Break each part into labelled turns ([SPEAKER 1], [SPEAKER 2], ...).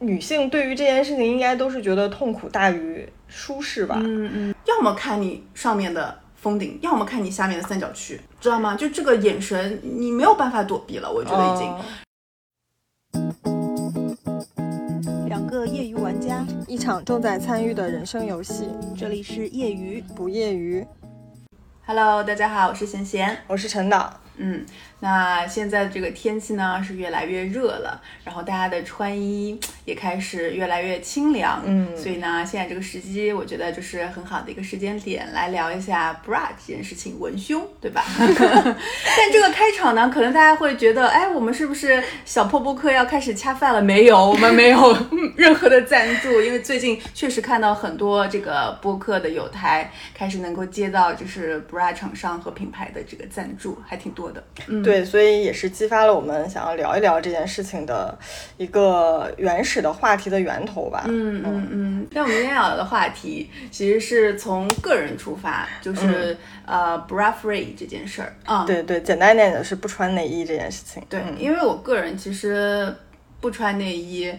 [SPEAKER 1] 女性对于这件事情应该都是觉得痛苦大于舒适吧？
[SPEAKER 2] 嗯嗯，要么看你上面的封顶，要么看你下面的三角区，知道吗？就这个眼神，你没有办法躲避了，我觉得已经。
[SPEAKER 1] 哦
[SPEAKER 3] 两个业余玩家，
[SPEAKER 1] 一场正在参与的人生游戏，
[SPEAKER 3] 这里是业余。
[SPEAKER 1] 不业余。
[SPEAKER 2] Hello，大家好，我是贤贤。
[SPEAKER 1] 我是陈导，
[SPEAKER 2] 嗯，那现在这个天气呢是越来越热了，然后大家的穿衣也开始越来越清凉，
[SPEAKER 1] 嗯
[SPEAKER 2] 所以呢，现在这个时机，我觉得就是很好的一个时间点来聊一下 bra 这件事情，文胸，对吧？ 但这个开场呢，可能大家会觉得，哎，我们是不是小破播客要开始恰饭了？没有，我们没有嗯任何的赞助，因为最近确实看到很多这个播客的有台开始能够接到就是 bra 厂商和品牌的这个赞助，还挺多的。
[SPEAKER 1] 对，所以也是激发了我们想要聊一聊这件事情的一个原始的话题的源头吧。
[SPEAKER 2] 嗯嗯嗯，那我们今天要聊的话题其实是从个人出发，就是、呃 bra free 这件事儿啊。
[SPEAKER 1] 对对，简单一点就是不穿内衣这件事情。嗯
[SPEAKER 2] 对，因为我个人其实不穿内衣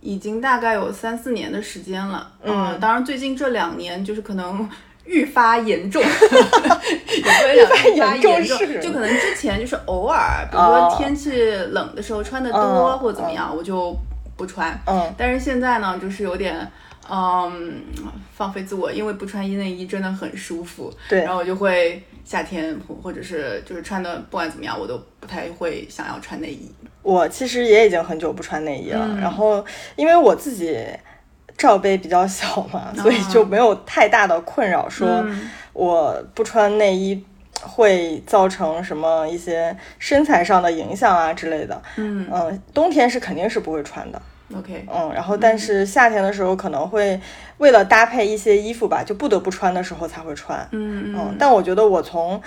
[SPEAKER 2] 已经大概有三四年的时间了。嗯，当然最近这两年就是可能。愈发严 重，也不会讲
[SPEAKER 1] 严
[SPEAKER 2] 愈
[SPEAKER 1] 重
[SPEAKER 2] 发严重
[SPEAKER 1] 是，
[SPEAKER 2] 就可能之前就是偶尔，比如说
[SPEAKER 1] 哦
[SPEAKER 2] 天气冷的时候穿的多
[SPEAKER 1] 嗯
[SPEAKER 2] 或怎么样，我就不穿。
[SPEAKER 1] 嗯，
[SPEAKER 2] 但是现在呢，就是有点。嗯，放飞自我，因为不穿衣内衣真的很舒服。
[SPEAKER 1] 对
[SPEAKER 2] 然后我就会夏天或或者是就是穿的，不管怎么样，我都不太会想要穿内衣。
[SPEAKER 1] 我其实也已经很久不穿内衣了，然后因为我自己罩杯比较小嘛，所以就没有太大的困扰，说我不穿内衣会造成什么一些身材上的影响啊之类的。嗯冬天是肯定是不会穿的，
[SPEAKER 2] OK，
[SPEAKER 1] 嗯，然后但是夏天的时候可能会为了搭配一些衣服吧，就不得不穿的时候才会穿。
[SPEAKER 2] 嗯
[SPEAKER 1] 嗯，但我觉得我从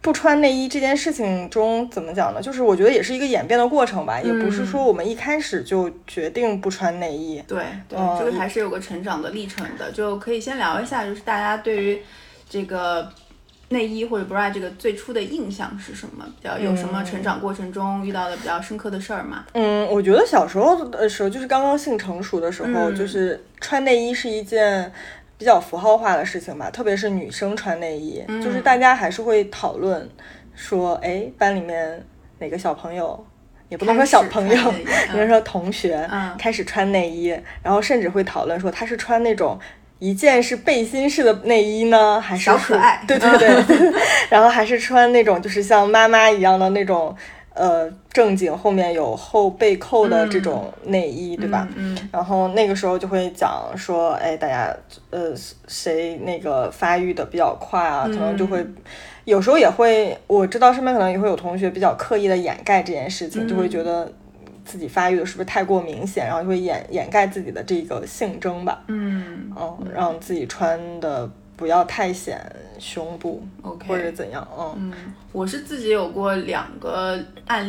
[SPEAKER 1] 不穿内衣这件事情中怎么讲呢？就是我觉得也是一个演变的过程吧，也不是说我们一开始就决定不穿内衣。
[SPEAKER 2] 对对，
[SPEAKER 1] 哦
[SPEAKER 2] 这个还是有个成长的历程的，就可以先聊一下，就是大家对于这个内衣或者 bra 这个最初的印象是什么？比较有什么成长过程中遇到的比较深刻的事儿吗？
[SPEAKER 1] 嗯，我觉得小时候的时候，就是刚刚性成熟的时候，
[SPEAKER 2] 嗯
[SPEAKER 1] 就是穿内衣是一件。比较符号化的事情吧，特别是女生穿内衣，
[SPEAKER 2] 嗯
[SPEAKER 1] 就是大家还是会讨论说，哎，班里面哪个小朋友，也不能说小朋友， 比如
[SPEAKER 2] 嗯
[SPEAKER 1] 说同学、
[SPEAKER 2] 嗯
[SPEAKER 1] 开始穿内衣，然后甚至会讨论说他是穿那种一件是背心式的内衣呢，还是
[SPEAKER 2] 小可
[SPEAKER 1] 说
[SPEAKER 2] 爱
[SPEAKER 1] 对对对， 然后还是穿那种就是像妈妈一样的那种。呃，正经后面有后背扣的这种内衣，对吧？
[SPEAKER 2] 嗯嗯
[SPEAKER 1] 然后那个时候就会讲说，哎，大家呃谁那个发育的比较快啊，可能就会
[SPEAKER 2] 嗯
[SPEAKER 1] 有时候也会，我知道身边可能也会有同学比较刻意的掩盖这件事情，就
[SPEAKER 2] 嗯
[SPEAKER 1] 会觉得自己发育的是不是太过明显，然后就会掩掩盖自己的这个性征吧，
[SPEAKER 2] 嗯
[SPEAKER 1] 嗯，让自己穿的不要太显胸部
[SPEAKER 2] OK
[SPEAKER 1] 或者怎样，嗯
[SPEAKER 2] 我是自己有过两个 案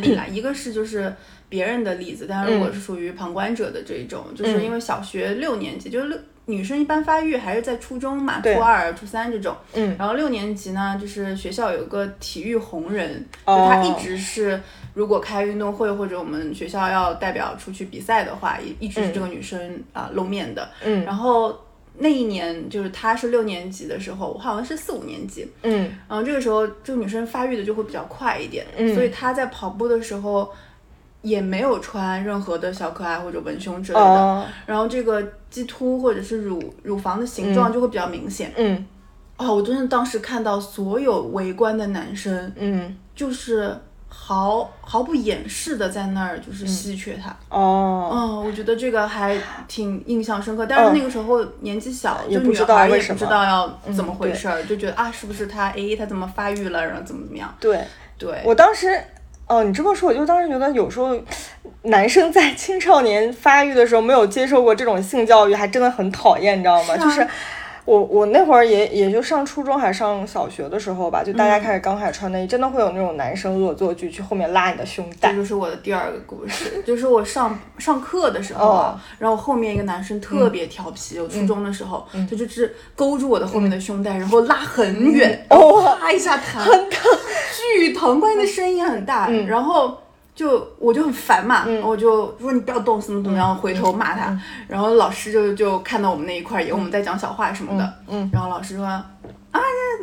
[SPEAKER 2] 例啦，一个是就是别人的例子，但是
[SPEAKER 1] 嗯
[SPEAKER 2] 我是属于旁观者的这一种，就是因为小学六年级，就是六女生一般发育还是在初中嘛，初
[SPEAKER 1] 对
[SPEAKER 2] 二、初三这种，
[SPEAKER 1] 嗯
[SPEAKER 2] 然后六年级呢，就是学校有个体育红人，就
[SPEAKER 1] 哦
[SPEAKER 2] 他一直是如果开运动会或者我们学校要代表出去比赛的话，一一直是这个女生啊、露面的，
[SPEAKER 1] 嗯
[SPEAKER 2] 然后。那一年就是她是六年级的时候，我好像是四五年级，
[SPEAKER 1] 嗯
[SPEAKER 2] 然后这个时候，这个女生发育的就会比较快一点，
[SPEAKER 1] 嗯
[SPEAKER 2] 所以她在跑步的时候也没有穿任何的小可爱或者文胸之类的，
[SPEAKER 1] 哦
[SPEAKER 2] 然后这个鸡突或者是乳乳房的形状就会比较明显。
[SPEAKER 1] 嗯
[SPEAKER 2] 哦，我真的当时看到所有围观的男生
[SPEAKER 1] 嗯
[SPEAKER 2] 就是毫毫不掩饰的在那儿
[SPEAKER 1] 嗯
[SPEAKER 2] 就是稀缺她。
[SPEAKER 1] 哦，
[SPEAKER 2] 嗯，我觉得这个还挺印象深刻，但是那个时候年纪小，
[SPEAKER 1] 嗯也
[SPEAKER 2] 就
[SPEAKER 1] 不
[SPEAKER 2] 女
[SPEAKER 1] 知道
[SPEAKER 2] 孩
[SPEAKER 1] 为
[SPEAKER 2] 也
[SPEAKER 1] 什
[SPEAKER 2] 不知
[SPEAKER 1] 么嗯
[SPEAKER 2] 道要怎么回
[SPEAKER 1] 对
[SPEAKER 2] 事儿，就觉得啊，是不是她诶，她怎么发育了，然后怎么怎么样？
[SPEAKER 1] 对
[SPEAKER 2] 对，
[SPEAKER 1] 我当时。哦，你这么说，我就当时觉得有时候男生在青少年发育的时候没有接受过这种性教育，还真的很讨厌，你知道吗？
[SPEAKER 2] 是啊
[SPEAKER 1] 就是我我那会儿也也就上初中还是上小学的时候吧，就大
[SPEAKER 2] 嗯
[SPEAKER 1] 家开始刚开始穿内衣，真的会有那种男生恶作剧去后面拉你的胸带
[SPEAKER 2] 这，就是我的第二个故事， 就是我上上课的时候啊，然后后面一个男生特别调皮，我初中的时候，他就是勾住我的后面的胸带，然后拉很远，然后啪一下弹，很疼，巨疼，关键那声音很大，然后。就我就很烦嘛，
[SPEAKER 1] 嗯
[SPEAKER 2] 我就说你不要动，怎么怎么样，回头骂他。然后老师就就看到我们那一块儿，以为我们在讲小话什么的，嗯，然后老师说啊，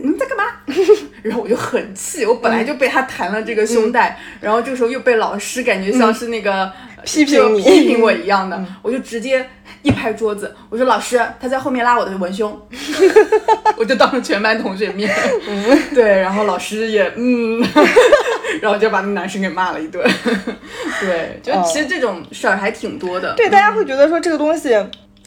[SPEAKER 2] 你们在干嘛？ 然后我就很气，我本来就被他弹了这个胸带，然后这个时候又被老师感觉像是那个
[SPEAKER 1] 嗯
[SPEAKER 2] 呃
[SPEAKER 1] 批评
[SPEAKER 2] 就
[SPEAKER 1] 你嗯
[SPEAKER 2] 批评我一样的，我就直接一拍桌子，我说老师，他在后面拉我的文胸， 我就当着全班同学面，
[SPEAKER 1] 嗯
[SPEAKER 2] 对，然后老师也嗯，然后就把那男生给骂了一顿， 对，就其实这种事儿还挺多的，
[SPEAKER 1] 哦对，大家会觉得说这个东西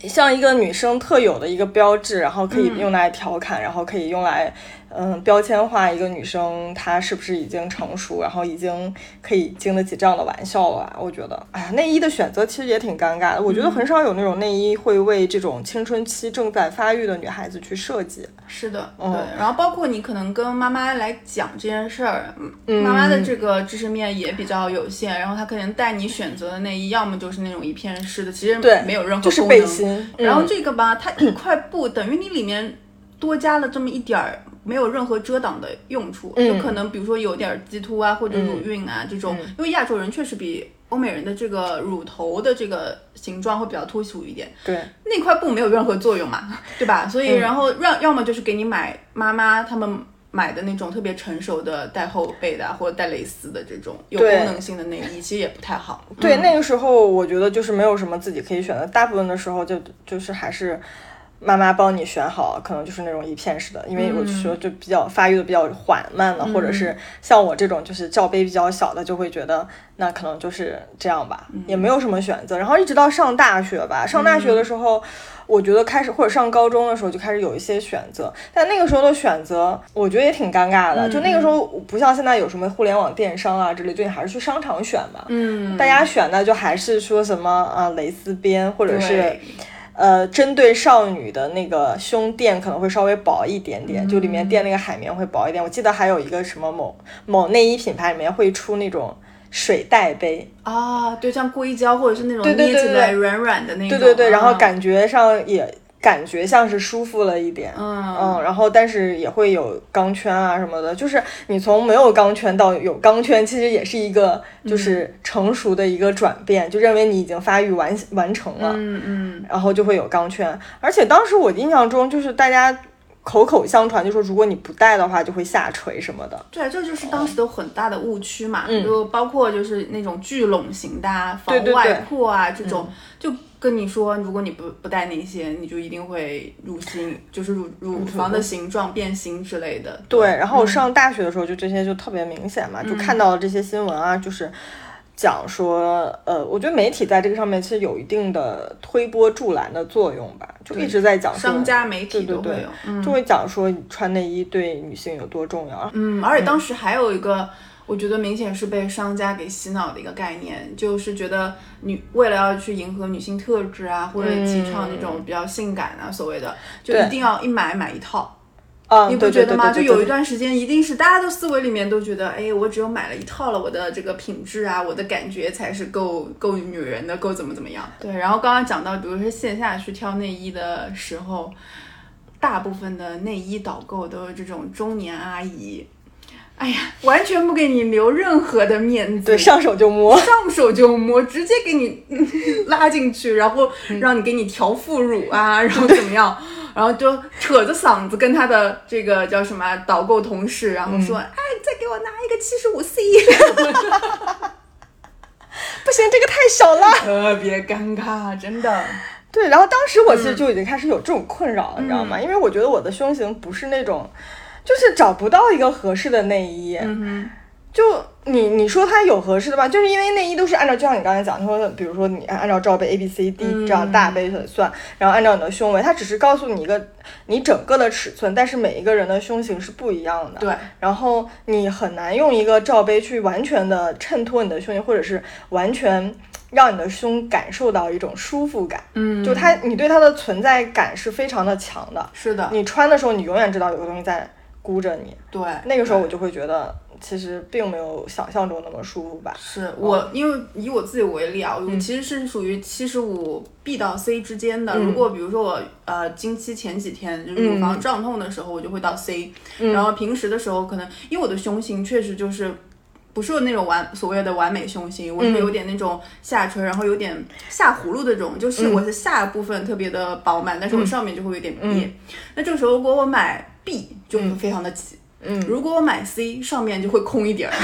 [SPEAKER 1] 像一个女生特有的一个标志，然后可
[SPEAKER 2] 嗯
[SPEAKER 1] 以用来调侃，然后可以用来嗯标签化一个女生她是不是已经成熟，然后已经可以经得起这样的玩笑了吧。我觉得，哎呀，内衣的选择其实也挺尴尬的。我觉得
[SPEAKER 2] 嗯
[SPEAKER 1] 很少有那种内衣会为这种青春期正在发育的女孩子去设计。
[SPEAKER 2] 是的，
[SPEAKER 1] 哦
[SPEAKER 2] 对。然后包括你可能跟妈妈来讲这件事儿，嗯
[SPEAKER 1] 嗯
[SPEAKER 2] 妈妈的这个知识面也比较有限，然后她可能带你选择的内衣，要么就是那种一片式的，其实
[SPEAKER 1] 对
[SPEAKER 2] 没有任何
[SPEAKER 1] 就是
[SPEAKER 2] 功能嗯
[SPEAKER 1] 背心
[SPEAKER 2] 然后这个吧，它一块布等于你里面多加了这么一点儿。没有任何遮挡的用处，
[SPEAKER 1] 嗯
[SPEAKER 2] 就可能比如说有点儿鸡突啊，或者乳晕啊、这种，
[SPEAKER 1] 嗯
[SPEAKER 2] 因为亚洲人确实比欧美人的这个乳头的这个形状会比较突出一点，
[SPEAKER 1] 对，
[SPEAKER 2] 那块布没有任何作用嘛，对吧？所以
[SPEAKER 1] 嗯
[SPEAKER 2] 然后让、要么就是给你买妈妈他们买的那种特别成熟的带后背的啊或者带蕾丝的这种有功
[SPEAKER 1] 对
[SPEAKER 2] 能性的内衣，其实也不太好。
[SPEAKER 1] 对，那个时候我觉得就是没有什么自己可以选择，大部分的时候就就是还是妈妈帮你选好，可能就是那种一片式的，因为我就说就比较发育的比较缓慢了，或者是像我这种就是罩杯比较小的，就会觉得那可能就是这样吧，也没有什么选择。然后一直到上大学吧，上大学的时候。我觉得开始或者上高中的时候就开始有一些选择，但那个时候的选择，我觉得也挺尴尬的。就那个时候不像现在有什么互联网电商啊之类，就你还是去商场选吧。
[SPEAKER 2] 嗯，
[SPEAKER 1] 大家选的就还是说什么啊蕾丝边，或者是
[SPEAKER 2] 对
[SPEAKER 1] 呃针对少女的那个胸垫可能会稍微薄一点点，就里面
[SPEAKER 2] 嗯
[SPEAKER 1] 垫那个海绵会薄一点。我记得还有一个什么某某内衣品牌里面会出那种水袋杯，
[SPEAKER 2] 啊，对，像硅胶或者是那种
[SPEAKER 1] 对对
[SPEAKER 2] 捏
[SPEAKER 1] 对
[SPEAKER 2] 起来
[SPEAKER 1] 对
[SPEAKER 2] 软软的那种，
[SPEAKER 1] 对对对，然后
[SPEAKER 2] 嗯
[SPEAKER 1] 感觉上也。感觉像是舒服了一点，
[SPEAKER 2] 嗯
[SPEAKER 1] 嗯，然后但是也会有钢圈啊什么的，就是你从没有钢圈到有钢圈，其实也是一个
[SPEAKER 2] 嗯
[SPEAKER 1] 就是成熟的一个转变，就认为你已经发育完完成了，
[SPEAKER 2] 嗯嗯
[SPEAKER 1] 然后就会有钢圈。而且当时我印象中就是大家口口相传，就说如果你不戴的话就会下垂什么的。
[SPEAKER 2] 对，这就是当时的很大的误区嘛，就包括就是那种聚拢型的、啊、防
[SPEAKER 1] 嗯对嗯对
[SPEAKER 2] 外扩啊这种，就跟你说，如果你不不戴那些，你就一定会乳形，就是乳乳房的形状变形之类的。嗯
[SPEAKER 1] 对，然后我上大学的时候就这些就特别明显嘛，就看到了这些新闻啊，就是。讲说，呃，我觉得媒体在这个上面其实有一定的推波助澜的作用吧，就一直在讲说
[SPEAKER 2] 商家媒体
[SPEAKER 1] 对
[SPEAKER 2] 都会有，
[SPEAKER 1] 对
[SPEAKER 2] 嗯
[SPEAKER 1] 就会讲说你穿内衣对女性有多重要。
[SPEAKER 2] 嗯，而且当时还有一个，我觉得明显是被商家给洗脑的一个概念，就是觉得女为了要去迎合女性特质啊，或者提倡那种比较性感啊，所谓的就一定要一买买一套。
[SPEAKER 1] 啊，
[SPEAKER 2] 你
[SPEAKER 1] 对
[SPEAKER 2] 不
[SPEAKER 1] 对
[SPEAKER 2] 觉得
[SPEAKER 1] 对
[SPEAKER 2] 吗？就
[SPEAKER 1] 对对
[SPEAKER 2] 有一
[SPEAKER 1] 对
[SPEAKER 2] 段时间，一定是大家的思维里面都觉得，哎，我只有买了一套了，我的这个品质啊，我的感觉才是够够女人的，够怎么怎么样。对，然后刚刚讲到，比如说线下去挑内衣的时候，大部分的内衣导购都是这种中年阿姨，哎呀，完全不给你留任何的面子，
[SPEAKER 1] 对上手就摸，
[SPEAKER 2] 上手就摸，直接给你 嗯拉进去，然后让你给你调副乳啊， 然后怎么样，然后就扯着嗓子跟他的这个叫什么啊导购同事，然后说，哎，再给我拿一个七十五 C，
[SPEAKER 1] 不行，这个太小了。
[SPEAKER 2] 特别尴尬，真的。
[SPEAKER 1] 对，然后当时我
[SPEAKER 2] 嗯
[SPEAKER 1] 其实就已经开始有这种困扰，你知道吗？因为我觉得我的胸型不是那种，就是找不到一个合适的内衣。
[SPEAKER 2] 嗯
[SPEAKER 1] 就你你说它有合适的吧，就是因为内衣都是按照就像你刚才讲说的，比如说你按照罩杯 A B C D 这样
[SPEAKER 2] 嗯
[SPEAKER 1] 大杯的算，然后按照你的胸围，它只是告诉你一个你整个的尺寸，但是每一个人的胸型是不一样的。
[SPEAKER 2] 对，
[SPEAKER 1] 然后你很难用一个罩杯去完全的衬托你的胸型，或者是完全让你的胸感受到一种舒服感。
[SPEAKER 2] 嗯
[SPEAKER 1] 就它，你对它的存在感是非常的强的。
[SPEAKER 2] 是的，
[SPEAKER 1] 你穿的时候，你永远知道有个东西在箍着你。
[SPEAKER 2] 对，
[SPEAKER 1] 那个时候我就会觉得，其实并没有想象中那么舒服吧。
[SPEAKER 2] 是我，因为以我自己为例啊，我其实是属于七十五 B 到 C 之间的。如果比如说我呃经期前几天就是乳房胀痛的时候，我就会到 C，、然后平时的时候可能因为我的胸型确实就是。不是那种完所谓的完美胸型，我是有点那种下垂，然后有点下葫芦的这种，就是我的下部分特别的饱满，但是我上面就会有点瘪。那这个时候如果我买 B 就会非常的挤，嗯，如果我买 C 上面就会空一点儿。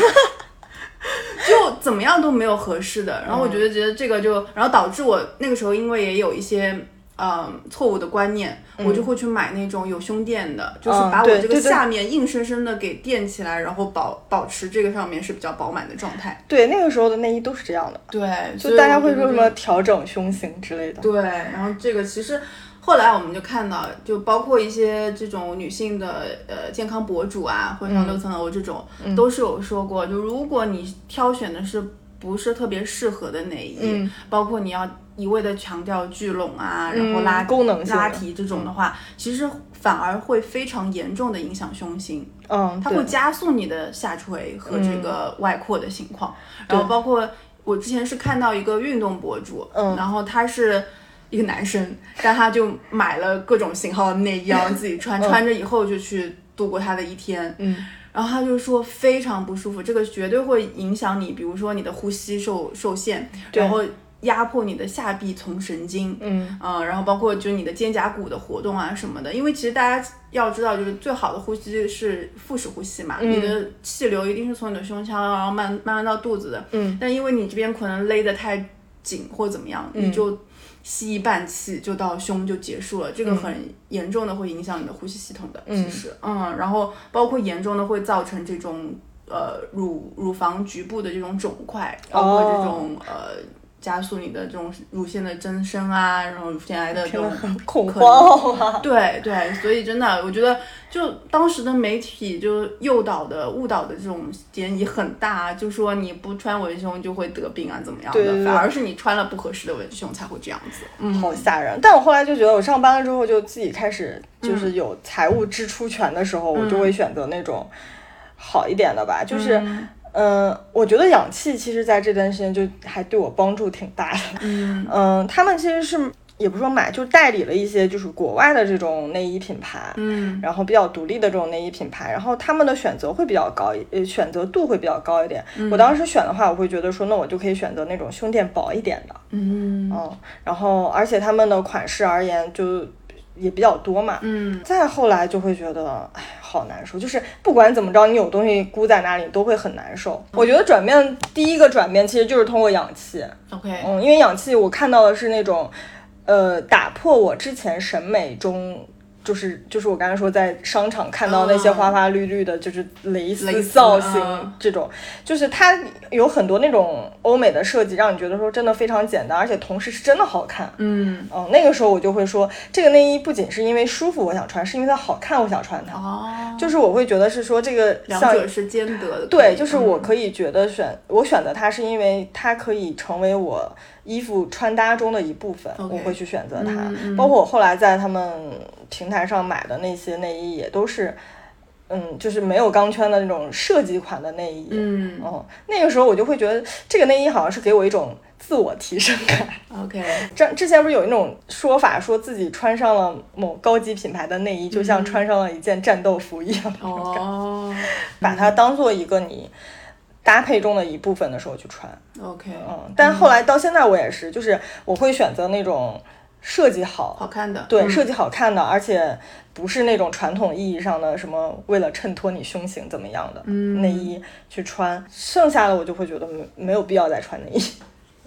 [SPEAKER 2] 就怎么样都没有合适的，然后
[SPEAKER 1] 嗯
[SPEAKER 2] 我觉得觉得这个就，然后导致我那个时候因为也有一些呃错误的观念，我就会去买那种有胸垫的，就是把
[SPEAKER 1] 嗯
[SPEAKER 2] 我
[SPEAKER 1] 对
[SPEAKER 2] 这个
[SPEAKER 1] 对对
[SPEAKER 2] 下面硬生生的给垫起来，然后保保持这个上面是比较饱满的状态。
[SPEAKER 1] 对，那个时候的内衣都是这样的，
[SPEAKER 2] 对，
[SPEAKER 1] 就大家会说什么调整胸型之类的。
[SPEAKER 2] 对，然后这个其实后来我们就看到，就包括一些这种女性的呃健康博主啊，或
[SPEAKER 1] 嗯
[SPEAKER 2] 者像六层楼这种，都是有说过，就如果你挑选的是不是特别适合的内衣，
[SPEAKER 1] 嗯
[SPEAKER 2] 包括你要一味的强调聚拢啊，然后拉、
[SPEAKER 1] 嗯功能性的嗯
[SPEAKER 2] 拉提这种的话，其实反而会非常严重的影响胸型。
[SPEAKER 1] 嗯，
[SPEAKER 2] 它
[SPEAKER 1] 对
[SPEAKER 2] 会加速你的下垂和这个外扩的情况，然后包括我之前是看到一个运动博主，嗯，然后他是一个男生，但他就买了各种型号的内衣，然后自己 穿，穿着以后就去度过他的一天，嗯，然后他就说非常不舒服，这个绝对会影响你，比如说你的呼吸受受限，然后。压迫你的下臂丛神经，嗯、呃，然后包括就是你的肩胛骨的活动啊什么的，因为其实大家要知道，就是最好的呼吸是腹式呼吸嘛，你的气流一定是从你的胸腔，啊然后慢慢慢到肚子的，嗯，但因为你这边可能勒得太紧或怎么样，你就吸一半气就到胸就结束了，这个很严重的会影响你的呼吸系统的，其实，嗯，然后包括严重的会造成这种呃乳乳房局部的这种肿块，包括这种、呃。加速你的这种乳腺的增生啊，然后乳腺癌的这种
[SPEAKER 1] 恐
[SPEAKER 2] 可
[SPEAKER 1] 慌啊！
[SPEAKER 2] 对对，所以真的，我觉得就当时的媒体就诱导的、误导的这种嫌疑很大，就说你不穿文胸就会得病啊，怎么样的，
[SPEAKER 1] 对对对
[SPEAKER 2] 反而是你穿了不合适的文胸才会这样子。嗯，
[SPEAKER 1] 好吓人。但我后来就觉得，我上班了之后，就自己开始就是有财务支出权的时候，我就会选择那种好一点的吧。就是，嗯、我觉得氧气其实在这段时间就还对我帮助挺大的。 嗯、他们其实是。也不是说买，就是代理了一些就是国外的这种内衣品牌，嗯，然后比较独立的这种内衣品牌，然后他们的选择会比较高一，呃，选择度会比较高一点。我当时选的话，我会觉得说，那我就可以选择那种胸垫薄一点的，嗯，然后而且他们的款式而言就也比较多嘛，嗯，再后来就会觉得，哎，好难受，就是不管怎么着，你有东西箍在那里，你都会很难受。我觉得转变第一个转变其实就是通过氧气，
[SPEAKER 2] OK，
[SPEAKER 1] 嗯，因为氧气我看到的是那种，呃，打破我之前审美中。就是就是我刚才说在商场看到那些
[SPEAKER 2] 啊
[SPEAKER 1] 花花绿绿的，就是蕾
[SPEAKER 2] 蕾
[SPEAKER 1] 丝
[SPEAKER 2] 丝
[SPEAKER 1] 造型
[SPEAKER 2] 啊
[SPEAKER 1] 这种，就是它有很多那种欧美的设计，让你觉得说真的非常简单，而且同时是真的好看。
[SPEAKER 2] 嗯，
[SPEAKER 1] 嗯，那个时候我就会说，这个内衣不仅是因为舒服我想穿，是因为它好看我想穿它。
[SPEAKER 2] 哦，
[SPEAKER 1] 就是我会觉得是说这个
[SPEAKER 2] 两
[SPEAKER 1] 像
[SPEAKER 2] 者是兼得的。
[SPEAKER 1] 对，就是
[SPEAKER 2] 嗯
[SPEAKER 1] 我可以觉得选、我选择它，是因为它可以成为我衣服穿搭中的一部分
[SPEAKER 2] OK
[SPEAKER 1] 我会去选择它。
[SPEAKER 2] 嗯嗯
[SPEAKER 1] 包括我后来在他们平台上买的那些内衣，也都是，嗯，就是没有钢圈的那种设计款的内衣。
[SPEAKER 2] 嗯
[SPEAKER 1] 哦，那个时候我就会觉得这个内衣好像是给我一种自我提升感。
[SPEAKER 2] ，OK，
[SPEAKER 1] 这之前不是有一种说法，说自己穿上了某高级品牌的内衣，就
[SPEAKER 2] 嗯
[SPEAKER 1] 像穿上了一件战斗服一样，
[SPEAKER 2] 哦
[SPEAKER 1] 把它当做一个你搭配中的一部分的时候去穿。
[SPEAKER 2] ，OK，
[SPEAKER 1] 嗯，但后来到现在我也是，就是我会选择那种设计好。
[SPEAKER 2] 好看的，
[SPEAKER 1] 对，
[SPEAKER 2] 嗯
[SPEAKER 1] 设计好看的，而且不是那种传统意义上的什么为了衬托你胸型怎么样的内衣去穿，剩下的我就会觉得没没有必要再穿内衣。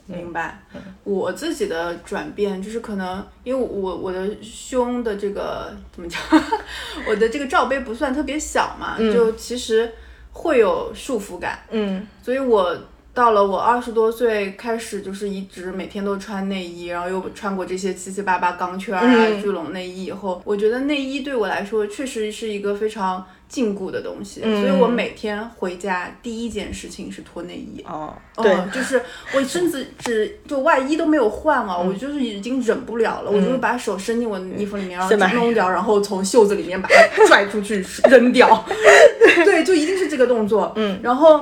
[SPEAKER 2] 明白，我自己的转变就是可能因为我我的胸的这个怎么讲， 我的这个罩杯不算特别小嘛，就其实会有束缚感，
[SPEAKER 1] 嗯
[SPEAKER 2] 所以我到了我二十多岁开始，就是一直每天都穿内衣，然后又穿过这些七七八八钢圈啊、
[SPEAKER 1] 嗯
[SPEAKER 2] 聚拢内衣以后，我觉得内衣对我来说确实是一个非常禁锢的东西，所以我每天回家第一件事情是脱内衣。
[SPEAKER 1] 哦，对，
[SPEAKER 2] 嗯就是我甚至只就外衣都没有换啊，
[SPEAKER 1] 嗯
[SPEAKER 2] 我就是已经忍不了了，我就会把手伸进我的衣服里面，然后
[SPEAKER 1] 先把
[SPEAKER 2] 弄掉，然后从袖子里面把 它拽出去扔掉。对，就一定是这个动作。嗯，然后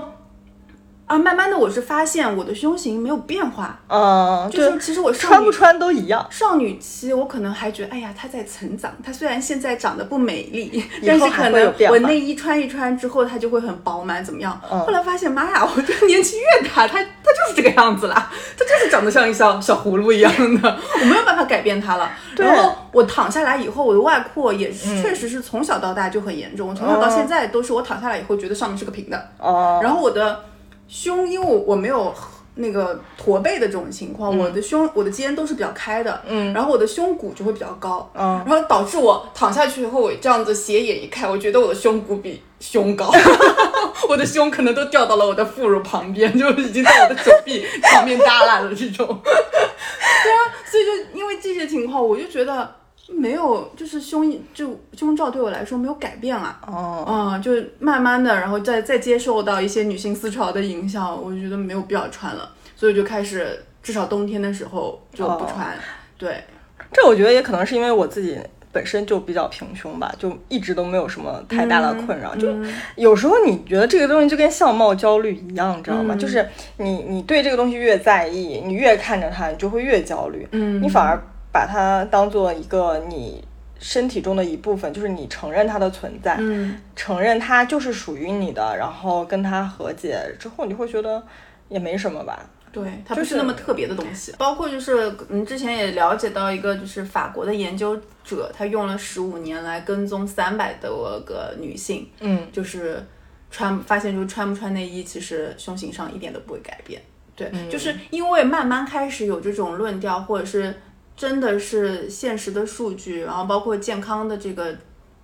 [SPEAKER 2] 啊，慢慢的我是发现我的胸型没有变化，
[SPEAKER 1] 嗯，
[SPEAKER 2] 就是
[SPEAKER 1] 对
[SPEAKER 2] 其实我少
[SPEAKER 1] 穿不
[SPEAKER 2] 女
[SPEAKER 1] 穿都一样，
[SPEAKER 2] 少女期，我可能还觉得，哎呀，她在成长。她虽然现在长得不美丽，
[SPEAKER 1] 以
[SPEAKER 2] 但
[SPEAKER 1] 后
[SPEAKER 2] 是
[SPEAKER 1] 还
[SPEAKER 2] 可
[SPEAKER 1] 会有
[SPEAKER 2] 能
[SPEAKER 1] 变化
[SPEAKER 2] 我内衣穿一穿之后，她就会很饱满，怎么样？
[SPEAKER 1] 嗯
[SPEAKER 2] 后来发现，妈呀，我这个年纪越大，她她就是这个样子啦，她就是长得像一小小葫芦一样的， 我没有办法改变她了。
[SPEAKER 1] 对
[SPEAKER 2] 然后我躺下来以后，我的外扩也是确实是从小到大就很严重，我从小到现在都是我躺下来以后觉得上面是个平的，
[SPEAKER 1] 哦，
[SPEAKER 2] 然后我的胸，因为我我没有那个驼背的这种情况，我的胸我的肩都是比较开的，嗯，然后我的胸骨就会比较高，
[SPEAKER 1] 嗯
[SPEAKER 2] 然后导致我躺下去以后，我这样子斜眼一看，我觉得我的胸骨比胸高， 我的胸可能都掉到了我的副乳旁边，就已经在我的手臂旁边耷拉了这种， 对啊，所以就因为这些情况，我就觉得。没有，就是胸就胸罩对我来说没有改变啊，
[SPEAKER 1] 哦，
[SPEAKER 2] 嗯，就是慢慢的，然后再再接受到一些女性思潮的影响，我就觉得没有必要穿了，所以就开始至少冬天的时候就不穿。对，
[SPEAKER 1] 这我觉得也可能是因为我自己本身就比较平胸吧，就一直都没有什么太大的
[SPEAKER 2] 嗯
[SPEAKER 1] 困扰。就有时候你觉得这个东西就跟相貌焦虑一样，你知道
[SPEAKER 2] 嗯
[SPEAKER 1] 吗？就是你你对这个东西越在意，你越看着它，你就会越焦虑。
[SPEAKER 2] 嗯
[SPEAKER 1] 你反而把它当做一个你身体中的一部分，就是你承认它的存在，
[SPEAKER 2] 嗯
[SPEAKER 1] 承认它就是属于你的，然后跟它和解之后，你就会觉得也没什么吧。
[SPEAKER 2] 对，它
[SPEAKER 1] 就
[SPEAKER 2] 不
[SPEAKER 1] 是
[SPEAKER 2] 是那么特别的东西。包括就是嗯，之前也了解到一个，就是法国的研究者，他用了十五年来跟踪三百多个女性，
[SPEAKER 1] 嗯，
[SPEAKER 2] 就是穿发现就是穿不穿内衣，其实胸型上一点都不会改变。对，就是因为慢慢开始有这种论调，或者是真的是现实的数据，然后包括健康的这个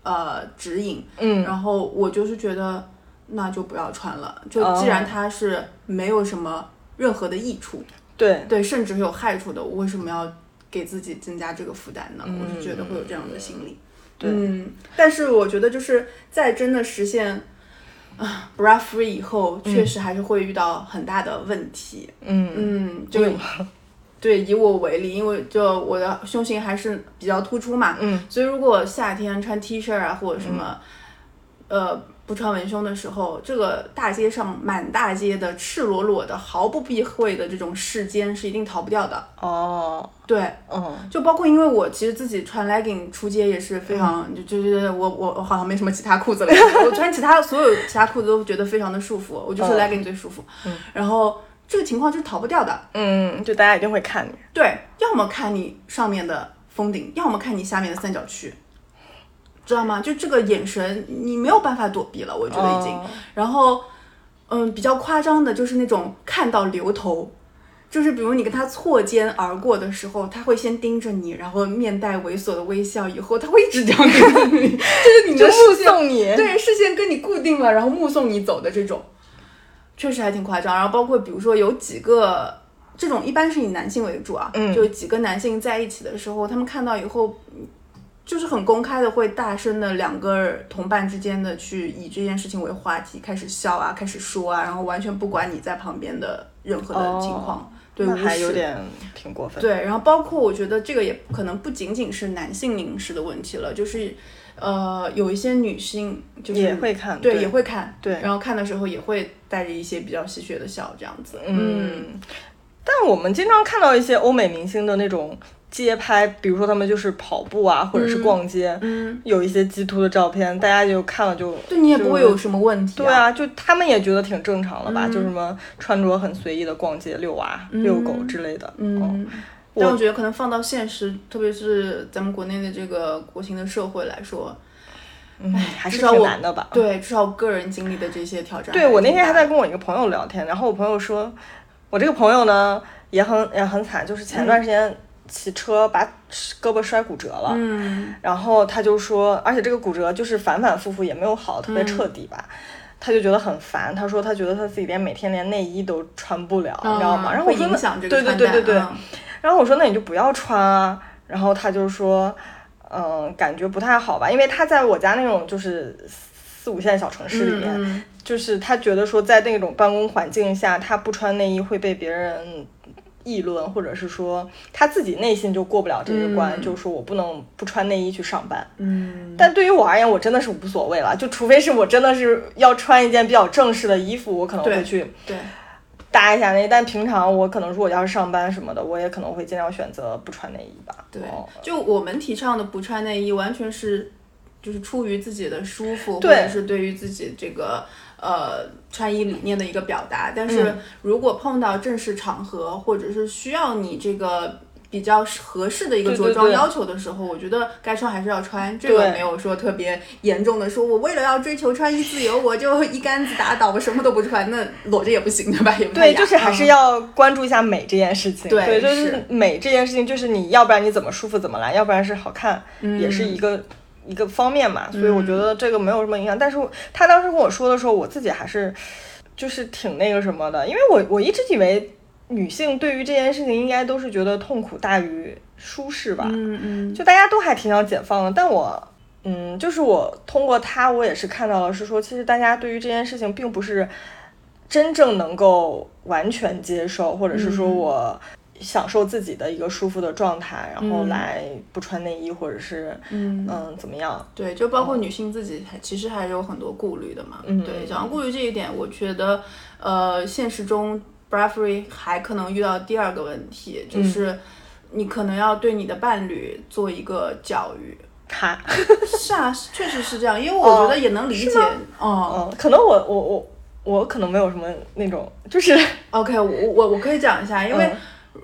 [SPEAKER 2] 呃指引，
[SPEAKER 1] 嗯
[SPEAKER 2] 然后我就是觉得那就不要穿了，就
[SPEAKER 1] 哦
[SPEAKER 2] 既然它是没有什么任何的益处，
[SPEAKER 1] 对，
[SPEAKER 2] 对，甚至是有害处的，我为什么要给自己增加这个负担呢？
[SPEAKER 1] 嗯
[SPEAKER 2] 我就觉得会有这样的心理。嗯，但是我觉得就是在真的实现 啊 bra free 以后，确实还是会遇到很大的问题。
[SPEAKER 1] 嗯
[SPEAKER 2] 嗯，就对以我为例，因为就我的胸型还是比较突出嘛，
[SPEAKER 1] 嗯，
[SPEAKER 2] 所以如果夏天穿 T 恤啊或者什么，呃，不穿文胸的时候，这个大街上满大街的赤裸裸的、毫不避讳的这种视奸是一定逃不掉的。
[SPEAKER 1] 哦，
[SPEAKER 2] 对，
[SPEAKER 1] 嗯，
[SPEAKER 2] 就包括因为我其实自己穿 legging 出街也是非常，
[SPEAKER 1] 嗯
[SPEAKER 2] 就就就是我我我好像没什么其他裤子了， 我穿其他所有其他裤子都觉得非常的舒服，我就是
[SPEAKER 1] 嗯
[SPEAKER 2] legging 最舒服。然后这个情况就是逃不掉的，
[SPEAKER 1] 嗯，就大家一定会看你。
[SPEAKER 2] 对，要么看你上面的封顶，要么看你下面的三角区，知道吗？就这个眼神，你没有办法躲避了，我觉得已经。
[SPEAKER 1] 哦
[SPEAKER 2] 然后，嗯，比较夸张的就是那种看到流头。就是比如你跟他错肩而过的时候，他会先盯着你，然后面带猥琐的微笑，以后他会一直这样盯着你，就是你
[SPEAKER 1] 就
[SPEAKER 2] 的
[SPEAKER 1] 目
[SPEAKER 2] 视线
[SPEAKER 1] 送你，
[SPEAKER 2] 对，视线跟你固定了，然后目送你走的这种，确实还挺夸张。然后包括比如说有几个这种，一般是以男性为主啊，
[SPEAKER 1] 嗯
[SPEAKER 2] 就几个男性在一起的时候，他们看到以后，嗯就是很公开的会大声的两个同伴之间的去以这件事情为话题，开始笑啊，开始说啊，然后完全不管你在旁边的任何的情况，
[SPEAKER 1] 哦
[SPEAKER 2] 对，
[SPEAKER 1] 那
[SPEAKER 2] 无
[SPEAKER 1] 还有
[SPEAKER 2] 视
[SPEAKER 1] 点挺过分。，
[SPEAKER 2] 对，然后包括我觉得这个也可能不仅仅是男性凝视的问题了，就是呃有一些女性就是
[SPEAKER 1] 也会看
[SPEAKER 2] 对
[SPEAKER 1] 对
[SPEAKER 2] 也会看，
[SPEAKER 1] 对
[SPEAKER 2] 然后看的时候也会带着一些比较戏谑的笑这样子，
[SPEAKER 1] 嗯，但我们经常看到一些欧美明星的那种街拍，比如说他们就是跑步啊，或者是逛街，
[SPEAKER 2] 嗯，
[SPEAKER 1] 有一些鸡突的照片，大家就看了就
[SPEAKER 2] 对你也不会有
[SPEAKER 1] 就
[SPEAKER 2] 什么问题、
[SPEAKER 1] 对
[SPEAKER 2] 啊，
[SPEAKER 1] 啊，就他们也觉得挺正常的吧，
[SPEAKER 2] 嗯
[SPEAKER 1] 就什么穿着很随意的逛街、遛娃、遛狗之类的。
[SPEAKER 2] 嗯。
[SPEAKER 1] 哦
[SPEAKER 2] 但我觉得可能放到现实，特别是咱们国内的这个国情的社会来说，
[SPEAKER 1] 嗯，还是
[SPEAKER 2] 至少
[SPEAKER 1] 挺
[SPEAKER 2] 我
[SPEAKER 1] 难的吧？
[SPEAKER 2] 对，至少个人经历的这些挑战挺大的。
[SPEAKER 1] 对我那天还在跟我一个朋友聊天，然后我朋友说，我这个朋友呢也很也很惨，就是前段时间骑车把胳膊摔骨折了，
[SPEAKER 2] 嗯
[SPEAKER 1] 然后他就说，而且这个骨折就是反反复复也没有好，
[SPEAKER 2] 嗯
[SPEAKER 1] 特别彻底吧。他就觉得很烦，他说他觉得他自己连每天连内衣都穿不了，你知道吗？
[SPEAKER 2] 嗯
[SPEAKER 1] 然后我
[SPEAKER 2] 会
[SPEAKER 1] 说那
[SPEAKER 2] 影响这个
[SPEAKER 1] 对对
[SPEAKER 2] 穿
[SPEAKER 1] 对
[SPEAKER 2] 戴
[SPEAKER 1] 对对，
[SPEAKER 2] 嗯
[SPEAKER 1] 然后我说那你就不要穿啊，然后他就说，嗯、感觉不太好吧，因为他在我家那种就是四五线小城市里面，
[SPEAKER 2] 嗯
[SPEAKER 1] 就是他觉得说在那种办公环境下，他不穿内衣会被别人议论，或者是说他自己内心就过不了这个关，
[SPEAKER 2] 嗯
[SPEAKER 1] 就是说我不能不穿内衣去上班。
[SPEAKER 2] 嗯，
[SPEAKER 1] 但对于我而言，我真的是无所谓了，就除非是我真的是要穿一件比较正式的衣服，我可能会
[SPEAKER 2] 对
[SPEAKER 1] 去
[SPEAKER 2] 对，
[SPEAKER 1] 搭一下内衣，但平常我可能如果要是上班什么的，我也可能会尽量选择不穿内衣吧。
[SPEAKER 2] 对
[SPEAKER 1] 哦，
[SPEAKER 2] 就我们提倡的不穿内衣，完全是就是出于自己的舒服，
[SPEAKER 1] 对
[SPEAKER 2] 或者是对于自己这个呃穿衣理念的一个表达。但
[SPEAKER 1] 嗯
[SPEAKER 2] 是如果碰到正式场合，或者是需要你这个。比较合适的一个
[SPEAKER 1] 对对
[SPEAKER 2] 着装
[SPEAKER 1] 对
[SPEAKER 2] 要求的时候，我觉得该穿还是要穿，这个
[SPEAKER 1] 对
[SPEAKER 2] 没有说特别严重的说，我为了要追求穿衣自由，我就一竿子打倒，我什么都不穿，那裸着也不行，对吧？也不太
[SPEAKER 1] 对，
[SPEAKER 2] 雅
[SPEAKER 1] 就是还是
[SPEAKER 2] 嗯
[SPEAKER 1] 要关注一下美这件事情。
[SPEAKER 2] 对
[SPEAKER 1] 就是是美这件事情，就是你要不然你怎么舒服怎么来，要不然是好看，
[SPEAKER 2] 嗯
[SPEAKER 1] 也是一个一个方面嘛。所以我觉得这个没有什么影响。但是我他当时跟我说的时候，我自己还是就是挺那个什么的，因为我我一直以为女性对于这件事情应该都是觉得痛苦大于舒适吧。
[SPEAKER 2] 嗯嗯，
[SPEAKER 1] 就大家都还挺想解放的，但我，嗯，就是我通过他，我也是看到了，是说其实大家对于这件事情并不是真正能够完全接受，或者是说我享受自己的一个舒服的状态，然后来不穿内衣，或者是嗯怎么样，
[SPEAKER 2] 对，就包括女性自己还，其实还有很多顾虑的嘛。
[SPEAKER 1] 嗯
[SPEAKER 2] 对，讲到顾虑这一点，我觉得，呃，现实中 Bradbury 还可能遇到第二个问题，
[SPEAKER 1] 嗯
[SPEAKER 2] 就是你可能要对你的伴侣做一个教育。
[SPEAKER 1] 他，
[SPEAKER 2] 是啊，是确实是这样，因为我觉得也能理解。哦、
[SPEAKER 1] 嗯，可能我我我我可能没有什么那种，就是，
[SPEAKER 2] o k 我我我可以讲一下，因为
[SPEAKER 1] 嗯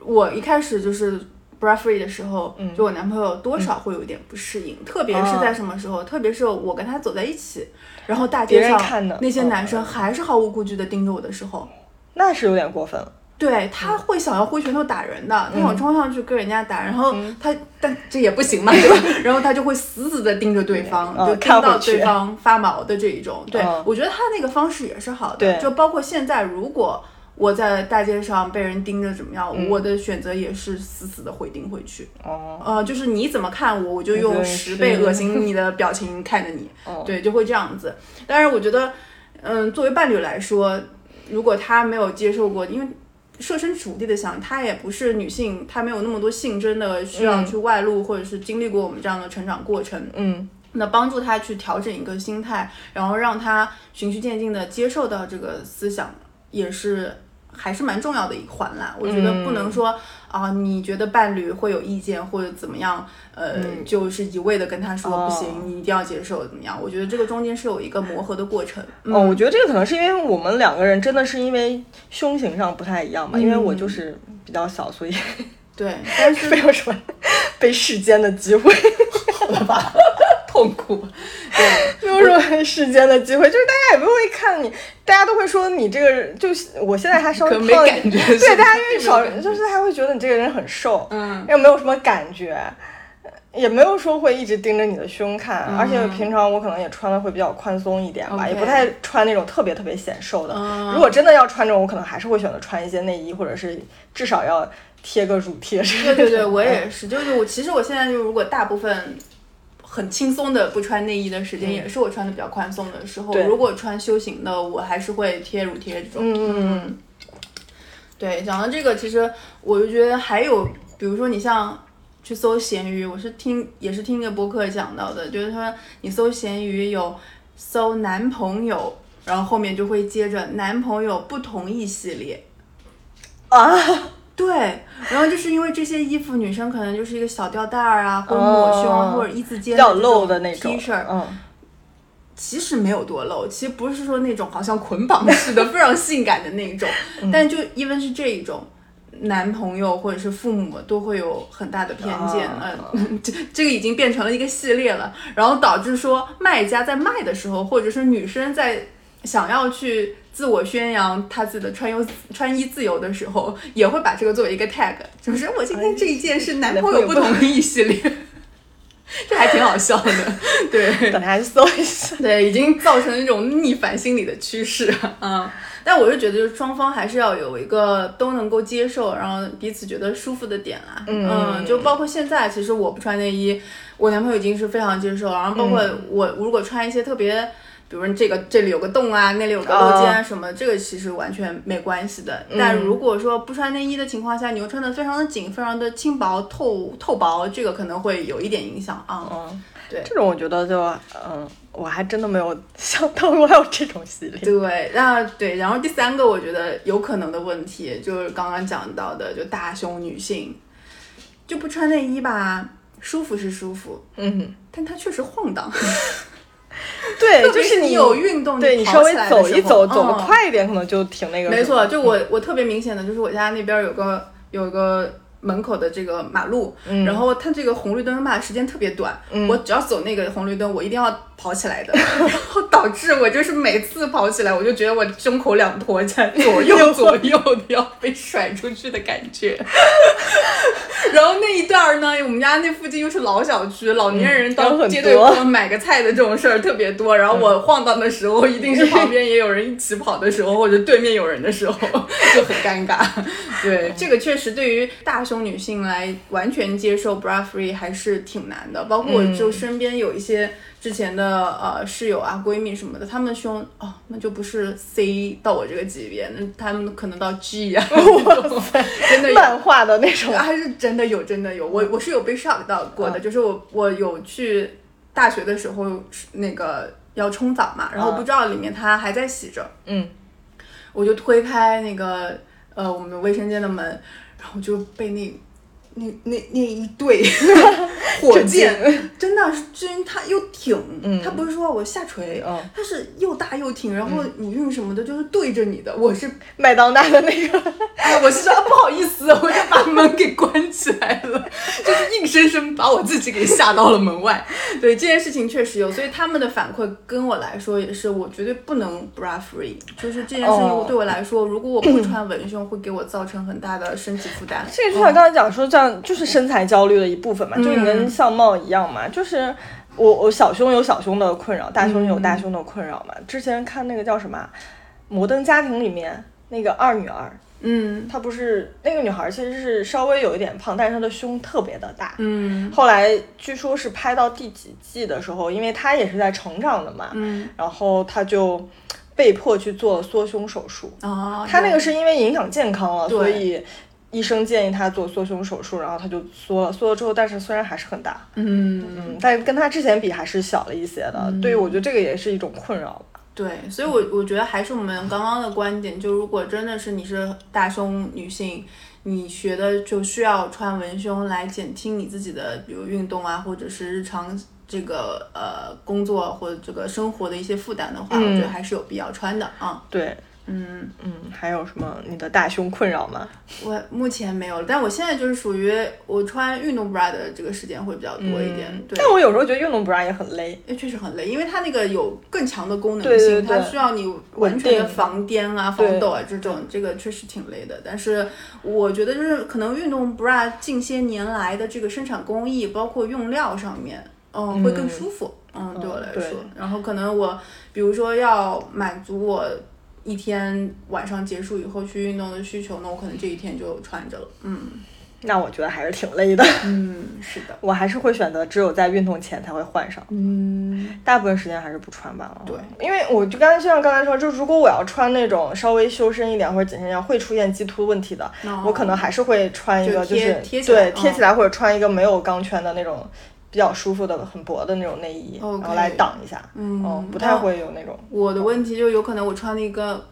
[SPEAKER 2] 我一开始就是。Bradbury 的时候，
[SPEAKER 1] 嗯
[SPEAKER 2] 就我男朋友多少会有一点不适应，特别是在什么时候，特别是我跟他走在一起，然后大街
[SPEAKER 1] 别
[SPEAKER 2] 上
[SPEAKER 1] 人看的
[SPEAKER 2] 那些
[SPEAKER 1] 嗯
[SPEAKER 2] 男生还是毫无顾忌的盯着我的时候，
[SPEAKER 1] 那是有点过分了，
[SPEAKER 2] 对
[SPEAKER 1] 嗯
[SPEAKER 2] 他会想要挥拳头打人的，他想冲上去跟人家打，然后
[SPEAKER 1] 嗯
[SPEAKER 2] 他但这也不行嘛，对吧？ 然后他就会死死的盯着对方，
[SPEAKER 1] 嗯
[SPEAKER 2] 就
[SPEAKER 1] 嗯
[SPEAKER 2] 盯
[SPEAKER 1] 看
[SPEAKER 2] 到
[SPEAKER 1] 回去
[SPEAKER 2] 对方发毛的这一种。对
[SPEAKER 1] 嗯，
[SPEAKER 2] 我觉得他那个方式也是好的，
[SPEAKER 1] 对
[SPEAKER 2] 就包括现在，如果我在大街上被人盯着怎么样，
[SPEAKER 1] 嗯
[SPEAKER 2] 我的选择也是死死的回盯回去。
[SPEAKER 1] 哦、
[SPEAKER 2] 呃，就是你怎么看我，我就用
[SPEAKER 1] 哎对
[SPEAKER 2] 十
[SPEAKER 1] 是
[SPEAKER 2] 倍恶心你的表情看着你，
[SPEAKER 1] 哦
[SPEAKER 2] 对，就会这样子。但是我觉得，嗯，作为伴侣来说，如果他没有接受过，因为设身处地的想，她也不是女性，她没有那么多性征的需要
[SPEAKER 1] 嗯
[SPEAKER 2] 去外露，或者是经历过我们这样的成长过程，
[SPEAKER 1] 嗯
[SPEAKER 2] 那帮助她去调整一个心态，然后让她循序渐进的接受到这个思想，也是还是蛮重要的一环啦。我觉得不
[SPEAKER 1] 嗯
[SPEAKER 2] 能说、啊，你觉得伴侣会有意见或者怎么样，呃，就是一味的跟他说、
[SPEAKER 1] 嗯哦
[SPEAKER 2] 不行，你一定要接受怎么样？我觉得这个中间是有一个磨合的过程。嗯
[SPEAKER 1] 哦，我觉得这个可能是因为我们两个人真的是因为胸型上不太一样吧，因为我就是比较小，所以。
[SPEAKER 2] 嗯对，但是
[SPEAKER 1] 没有什么被世间的机 会，
[SPEAKER 2] 痛苦，对。
[SPEAKER 1] 没有什么被世间的机会，就是大家也不会看你，大家都会说你这个人，就是我现在还稍微
[SPEAKER 2] 可没
[SPEAKER 1] 胖一
[SPEAKER 2] 感
[SPEAKER 1] 点
[SPEAKER 2] 觉是吧
[SPEAKER 1] 对，大家因为
[SPEAKER 2] 没有
[SPEAKER 1] 少
[SPEAKER 2] 感，觉
[SPEAKER 1] 就是还会觉得你这个人很瘦，
[SPEAKER 2] 嗯，
[SPEAKER 1] 又没有什么感觉，也没有说会一直盯着你的胸看，而且平常我可能也穿的会比较宽松一点吧
[SPEAKER 2] 嗯 OK 嗯
[SPEAKER 1] 也不太穿那种特别特别显瘦的。如果真的要穿这种，我可能还是会选择穿一些内衣，或者是至少要贴个乳贴之类
[SPEAKER 2] 对
[SPEAKER 1] 的。
[SPEAKER 2] 对对，我也是，就是我其实我现在就如果大部分很轻松的不穿内衣的时间，也是我穿的比较宽松的时候。
[SPEAKER 1] 嗯对
[SPEAKER 2] 如果穿休闲的，我还是会贴乳贴这种。
[SPEAKER 1] 嗯
[SPEAKER 2] 嗯。对，讲到这个，其实我就觉得还有，比如说你像。去搜闲鱼，我是听也是听一个播客讲到的，就是说你搜闲鱼有搜男朋友，然后后面就会接着男朋友不同意系列，
[SPEAKER 1] 啊，
[SPEAKER 2] 对，然后就是因为这些衣服，女生可能就是一个小吊带儿啊，或者抹胸啊，
[SPEAKER 1] 哦
[SPEAKER 2] 或者一字
[SPEAKER 1] 比
[SPEAKER 2] 肩
[SPEAKER 1] 较露的那种
[SPEAKER 2] T 恤，儿，
[SPEAKER 1] 嗯。
[SPEAKER 2] 其实没有多露，其实不是说那种好像捆绑似 的非常性感的那种，但就因为是这一种。男朋友或者是父母都会有很大的偏见，
[SPEAKER 1] 哦
[SPEAKER 2] 嗯， 这这个已经变成了一个系列了，然后导致说卖家在卖的时候，或者是女生在想要去自我宣扬她自己的穿优穿衣自由的时候，也会把这个作为一个 tag，就是我今天这一件是男朋友不同意系列，这还挺好笑的，对。
[SPEAKER 1] 等他去搜一下。
[SPEAKER 2] 对，已经造成一种逆反心理的趋势嗯。但我是觉得，就是双方还是要有一个都能够接受，然后彼此觉得舒服的点啦。嗯就包括现在，其实我不穿内衣，我男朋友已经是非常接受，然后包括我如果穿一些特别。比如说这个这里有个洞啊，那里有个落肩啊什么，这个其实完全没关系的。但如果说不穿内衣的情况下，你又穿的非常的紧，非常的轻薄、透透薄，这个可能会有一点影响啊。
[SPEAKER 1] 嗯，
[SPEAKER 2] 对
[SPEAKER 1] 这种我觉得就嗯，我还真的没有想到过还有这种系列。
[SPEAKER 2] 对，那对，然后第三个我觉得有可能的问题就是刚刚讲到的，就大胸女性就不穿内衣吧，舒服是舒服，
[SPEAKER 1] 嗯，
[SPEAKER 2] 但它确实晃荡，
[SPEAKER 1] 对，
[SPEAKER 2] 特
[SPEAKER 1] 就
[SPEAKER 2] 别
[SPEAKER 1] 是
[SPEAKER 2] 你有运动，
[SPEAKER 1] 对你
[SPEAKER 2] 跑
[SPEAKER 1] 稍微
[SPEAKER 2] 起来的
[SPEAKER 1] 走
[SPEAKER 2] 时
[SPEAKER 1] 一
[SPEAKER 2] 候
[SPEAKER 1] 走，走得
[SPEAKER 2] 嗯
[SPEAKER 1] 快一点，可能就挺那个。
[SPEAKER 2] 没错，，就我我特别明显的就是我家那边有个有个门口的这个马路，
[SPEAKER 1] 嗯
[SPEAKER 2] 然后它这个红绿灯吧时间特别短，我只要走那个红绿灯，我一定要跑起 来的，然后导致我就是每次跑起来，我就觉得我胸口两坨在 左右左右的要被甩出去的感觉。 然后那一段儿呢，我们家那附近又是老小区，老年人
[SPEAKER 1] 人
[SPEAKER 2] 到
[SPEAKER 1] 很
[SPEAKER 2] 街对
[SPEAKER 1] 多
[SPEAKER 2] 过买个菜的这种事儿特别多。然后我晃荡的时候，一定是旁边也有人一起跑的时候，或者对面有人的时候，就很尴尬。对，这个确实对于大胸女性来完全接受 bra free 还是挺难的。包括我就身边有一些之前的呃室友啊、闺蜜什么的，她们胸哦，那就不是 C 到我这个级别，那她们可能到 G 啊，那种真的 有
[SPEAKER 1] 漫画的那种。
[SPEAKER 2] 还是真的有，真的有，我我是有被 shock 到过的，就是我我有去大学的时候那个要冲澡嘛，然后不知道里面它还在洗着，
[SPEAKER 1] 嗯，
[SPEAKER 2] 我就推开那个呃我们卫生间的门，然后就被那那那那一对火箭，真的是真它又挺，它不是说我下垂，
[SPEAKER 1] 嗯
[SPEAKER 2] 它是又大又挺，然后乳晕什么的，就是对着你的，我是
[SPEAKER 1] 麦当娜的那个，
[SPEAKER 2] 哎，我是说、啊不好意思，我就把门给关起来了，就是硬生生把我自己给吓到了门外。对这件事情确实有，所以他们的反馈跟我来说也是，我绝对不能 bra free，就是这件事
[SPEAKER 1] 哦
[SPEAKER 2] 情对我来说，如果我不穿文胸，会给我造成很大的身体负担。
[SPEAKER 1] 这个就像刚才讲说，这样就是身材焦虑的一部分嘛，就是你跟相貌一样嘛，就是。我我小胸有小胸的困扰，大胸有大胸的困扰嘛。之前看那个叫什么《摩登家庭》里面那个二女儿，
[SPEAKER 2] 嗯
[SPEAKER 1] 她不是那个女孩，其实是稍微有一点胖，但是她的胸特别的大。
[SPEAKER 2] 嗯
[SPEAKER 1] 后来据说是拍到第几季的时候，因为她也是在成长的嘛，
[SPEAKER 2] 嗯
[SPEAKER 1] 然后她就被迫去做缩胸手术。
[SPEAKER 2] 啊，
[SPEAKER 1] 她那个是因为影响健康了，
[SPEAKER 2] 对
[SPEAKER 1] 所以医生建议她做缩胸手术，然后她就缩了，缩了之后，但是虽然还是很大，
[SPEAKER 2] 嗯。
[SPEAKER 1] 嗯，但是跟她之前比还是小了一些的。对于我觉得这个也是一种困扰吧。
[SPEAKER 2] 对，所以我，我觉得还是我们刚刚的观点，就如果真的是你是大胸女性，你学的就需要穿文胸来减轻你自己的，比如运动啊，或者是日常这个呃工作或者这个生活的一些负担的话，我觉得还是有必要穿的啊。
[SPEAKER 1] 嗯对，
[SPEAKER 2] 嗯，
[SPEAKER 1] 嗯，还有什么你的大胸困扰吗？
[SPEAKER 2] 我目前没有，但我现在就是属于我穿运动 bra 的这个时间会比较多一点。嗯
[SPEAKER 1] 嗯
[SPEAKER 2] 对，嗯
[SPEAKER 1] 但我有时候觉得运动 bra 也很累。
[SPEAKER 2] 因为确实很累，因为它那个有更强的功能性，
[SPEAKER 1] 对对对
[SPEAKER 2] 它需要你完全的
[SPEAKER 1] 稳定
[SPEAKER 2] 防颠啊、防抖啊这种，这个确实挺累的。但是我觉得就是可能运动 bra 近些年来的这个生产工艺，包括用料上面，嗯，会更舒服。嗯，对我来说，
[SPEAKER 1] 对
[SPEAKER 2] 然后可能我比如说要满足我。一天晚上结束以后去运动的需求，那我可能这一天就穿着了。嗯
[SPEAKER 1] 那我觉得还是挺累的，
[SPEAKER 2] 嗯，是的，
[SPEAKER 1] 我还是会选择只有在运动前才会换上，
[SPEAKER 2] 嗯
[SPEAKER 1] 大部分时间还是不穿吧。嗯
[SPEAKER 2] 对，
[SPEAKER 1] 因为我就刚才就像刚才说，就如果我要穿那种稍微修身一点或者紧身一点，会出现鸡突问题的，
[SPEAKER 2] 哦
[SPEAKER 1] 我可能还是会穿一个就
[SPEAKER 2] 就贴
[SPEAKER 1] 是
[SPEAKER 2] 贴起来
[SPEAKER 1] 对
[SPEAKER 2] 嗯
[SPEAKER 1] 贴起来或者穿一个没有钢圈的那种比较舒服的很薄的那种内衣，
[SPEAKER 2] OK
[SPEAKER 1] 然后来挡一下。
[SPEAKER 2] 哦嗯
[SPEAKER 1] 嗯，不
[SPEAKER 2] 那
[SPEAKER 1] 太会有那种。
[SPEAKER 2] 我的问题就有可能我穿了一个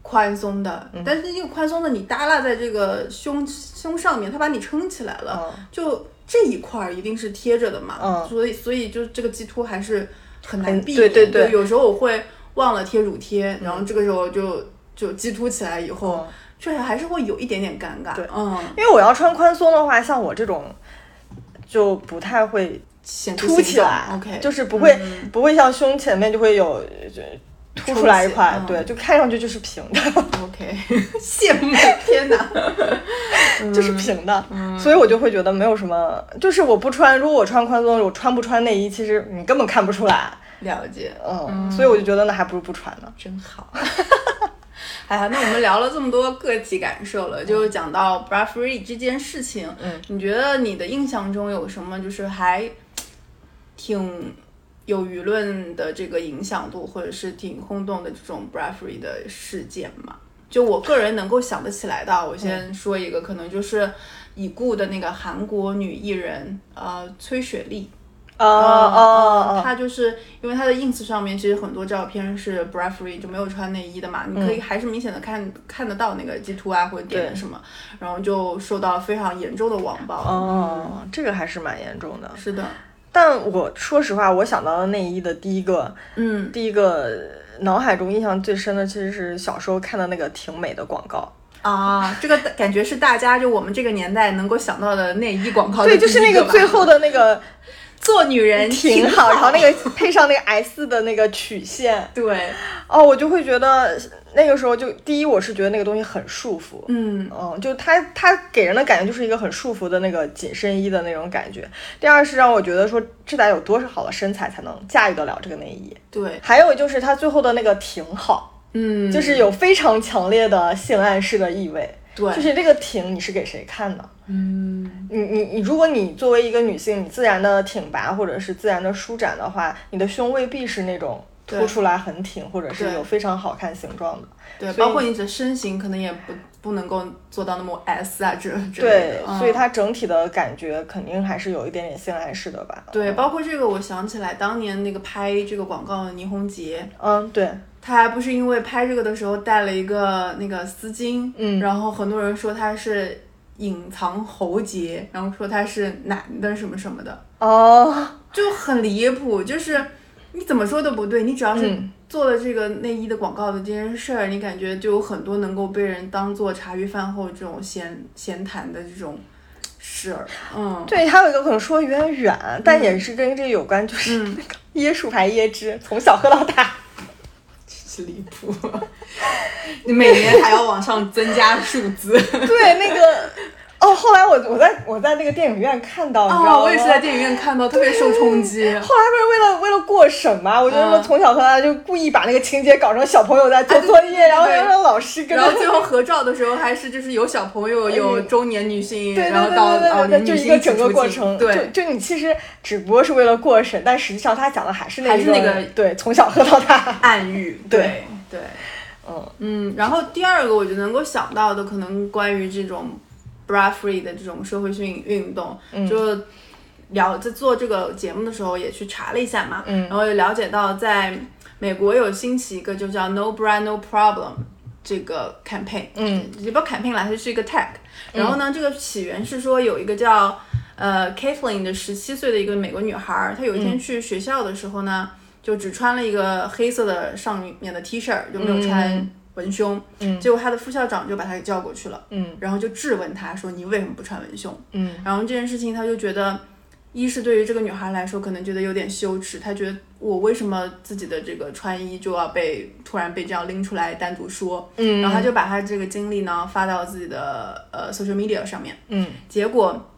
[SPEAKER 2] 宽松的，
[SPEAKER 1] 嗯
[SPEAKER 2] 但是这个宽松的你耷拉在这个胸胸上面，它把你撑起来了，
[SPEAKER 1] 嗯
[SPEAKER 2] 就这一块儿一定是贴着的嘛，
[SPEAKER 1] 嗯
[SPEAKER 2] 所以所以就这个鸡突还是很难
[SPEAKER 1] 很
[SPEAKER 2] 避免。
[SPEAKER 1] 对对对
[SPEAKER 2] 有时候我会忘了贴乳贴，然后这个时候就就鸡突起来以后，
[SPEAKER 1] 嗯
[SPEAKER 2] 确实还是会有一点点尴尬。
[SPEAKER 1] 对
[SPEAKER 2] 嗯，
[SPEAKER 1] 因为我要穿宽松的话，像我这种就不太会
[SPEAKER 2] 显出
[SPEAKER 1] 凸
[SPEAKER 2] 形
[SPEAKER 1] 起来
[SPEAKER 2] 状，OK，
[SPEAKER 1] 就是不会、
[SPEAKER 2] 嗯
[SPEAKER 1] 不会像胸前面就会有就凸出来一块，
[SPEAKER 2] 凸起嗯
[SPEAKER 1] 对，就看上去就是平的，
[SPEAKER 2] OK，羡慕，天哪，
[SPEAKER 1] 就是
[SPEAKER 2] 嗯
[SPEAKER 1] 平的，所以我就会觉得没有什么，就是我不穿，如果我穿宽松，我穿不穿内衣，其实你根本看不出来，
[SPEAKER 2] 了解，
[SPEAKER 1] 嗯，所以我就觉得那还不如不穿呢。
[SPEAKER 2] 真好。 哎呀，那我们聊了这么多个体感受了，就讲到 bra free 这件事情，
[SPEAKER 1] 嗯，
[SPEAKER 2] 你觉得你的印象中有什么就是还挺有舆论的这个影响度，或者是挺轰动的这种 Bradfree 的事件嘛。就我个人能够想得起来的啊，我先说一个，可能就是已故的那个韩国女艺人，呃，崔雪莉。
[SPEAKER 1] 哦
[SPEAKER 2] 哦，
[SPEAKER 1] 哦哦，
[SPEAKER 2] 她就是因为她的 ins 上面其实很多照片是 bra free 就没有穿内衣的嘛，你可
[SPEAKER 1] 嗯
[SPEAKER 2] 以还是明显的看看得到那个截图啊或者点什么，然后就受到非常严重的网暴。嗯
[SPEAKER 1] 哦，这个还是蛮严重的。
[SPEAKER 2] 是的，
[SPEAKER 1] 但我说实话，我想到的内衣的第一个，
[SPEAKER 2] 嗯，
[SPEAKER 1] 第一个脑海中印象最深的，其实是小时候看的那个挺美的广告。
[SPEAKER 2] 啊，这个感觉是大家就我们这个年代能够想到的内衣广告的
[SPEAKER 1] 对，
[SPEAKER 2] 哦第一吧，
[SPEAKER 1] 就是那个最后的那 个
[SPEAKER 2] 做女人
[SPEAKER 1] 挺
[SPEAKER 2] 好，
[SPEAKER 1] 好，然后那个配上那个 S 的那个曲线，
[SPEAKER 2] 对，
[SPEAKER 1] 哦，我就会觉得那个时候就第一，我是觉得那个东西很束缚，
[SPEAKER 2] 嗯
[SPEAKER 1] 嗯，就它它给人的感觉就是一个很束缚的那个紧身衣的那种感觉。第二是让我觉得说这得有多少好的身材才能驾驭得了这个内衣。
[SPEAKER 2] 对，
[SPEAKER 1] 还有就是它最后的那个挺好，
[SPEAKER 2] 嗯，
[SPEAKER 1] 就是有非常强烈的性暗示的意味。
[SPEAKER 2] 对，
[SPEAKER 1] 就是这个挺你是给谁看的？
[SPEAKER 2] 嗯
[SPEAKER 1] 你你你，如果你作为一个女性，你自然的挺拔或者是自然的舒展的话，你的胸未必是那种凸
[SPEAKER 2] 对
[SPEAKER 1] 出来很挺，或者是
[SPEAKER 2] 对
[SPEAKER 1] 有非常好看形状的。
[SPEAKER 2] 对，
[SPEAKER 1] 所以
[SPEAKER 2] 包括你的身形可能也不不能够做到那么 S 啊之之类
[SPEAKER 1] 对
[SPEAKER 2] 的，，嗯
[SPEAKER 1] 所以它整体的感觉肯定还是有一点点性暗示的吧？
[SPEAKER 2] 对，包括这个，我想起来当年那个拍这个广告的倪虹洁，
[SPEAKER 1] 嗯，对，
[SPEAKER 2] 她还不是因为拍这个的时候戴了一个那个丝巾，
[SPEAKER 1] 嗯
[SPEAKER 2] 然后很多人说她是隐藏喉结，然后说她是男的什么什么的，
[SPEAKER 1] 哦，
[SPEAKER 2] 就很离谱，就是你怎么说都不对，你只要是
[SPEAKER 1] 嗯
[SPEAKER 2] 做了这个内衣的广告的这件事儿，你感觉就有很多能够被人当做茶余饭后这种闲闲谈的这种事儿，嗯，
[SPEAKER 1] 对，还有一个可能说有点远，但也是跟这个有关，就是
[SPEAKER 2] 嗯
[SPEAKER 1] 那个椰树牌椰汁，从小喝到 大。
[SPEAKER 2] 是离谱，你 每年还要往上增加数字。
[SPEAKER 1] 对，那个。哦，后来我我在我在那个电影院看到，你知道
[SPEAKER 2] 哦，
[SPEAKER 1] 吗？
[SPEAKER 2] 我也是在电影院看到，特别受冲击。
[SPEAKER 1] 后来不是为了为了过审嘛，我就是说
[SPEAKER 2] 嗯啊
[SPEAKER 1] 从小到大就故意把那个情节搞成小朋友在做作业，然后
[SPEAKER 2] 对
[SPEAKER 1] 又让老师 跟
[SPEAKER 2] 然
[SPEAKER 1] 着
[SPEAKER 2] 后。最后合照的时候，还是就是有小朋友，有中年女性，
[SPEAKER 1] 对对
[SPEAKER 2] 然后
[SPEAKER 1] 对
[SPEAKER 2] 到
[SPEAKER 1] 对
[SPEAKER 2] 老
[SPEAKER 1] 对
[SPEAKER 2] 年
[SPEAKER 1] 对，
[SPEAKER 2] 女
[SPEAKER 1] 就一
[SPEAKER 2] 性
[SPEAKER 1] 个
[SPEAKER 2] 一起
[SPEAKER 1] 整个
[SPEAKER 2] 出
[SPEAKER 1] 过
[SPEAKER 2] 镜
[SPEAKER 1] 程，就
[SPEAKER 2] 对，
[SPEAKER 1] 就你其实只不过是为了过审，但实际上他讲的还是那
[SPEAKER 2] 还
[SPEAKER 1] 一
[SPEAKER 2] 是
[SPEAKER 1] 个
[SPEAKER 2] 那个啊
[SPEAKER 1] 对从小喝到 大，
[SPEAKER 2] 暗喻，
[SPEAKER 1] 对
[SPEAKER 2] 对，
[SPEAKER 1] 嗯
[SPEAKER 2] 嗯。然后第二个，我就能够想到的，可能关于这种 bra free 的这种社会性运动，
[SPEAKER 1] 嗯
[SPEAKER 2] 就聊在做这个节目的时候也去查了一下嘛，
[SPEAKER 1] 嗯
[SPEAKER 2] 然后也了解到在美国有兴起一个就叫 No Bra No Problem 这个 campaign，
[SPEAKER 1] 嗯
[SPEAKER 2] 也不叫 campaign 啦，它是一个 tag。然后呢，这个起源是说有一个叫呃 Kathleen 的十七岁的一个美国女孩儿，她有一
[SPEAKER 1] 嗯
[SPEAKER 2] 天去学校的时候呢，就只穿了一个黑色的上面的 T 恤儿，就没有穿文胸。
[SPEAKER 1] 嗯
[SPEAKER 2] 结果她的副校长就把她给叫过去了，
[SPEAKER 1] 嗯
[SPEAKER 2] 然后就质问她说：“你为什么不穿文胸？”
[SPEAKER 1] 嗯
[SPEAKER 2] 然后这件事情，他就觉得，一是对于这个女孩来说，可能觉得有点羞耻，她觉得我为什么自己的这个穿衣就要被突然被这样拎出来单独说，
[SPEAKER 1] 嗯
[SPEAKER 2] 然后他就把他这个经历呢发到自己的呃 social media 上面，
[SPEAKER 1] 嗯
[SPEAKER 2] 结果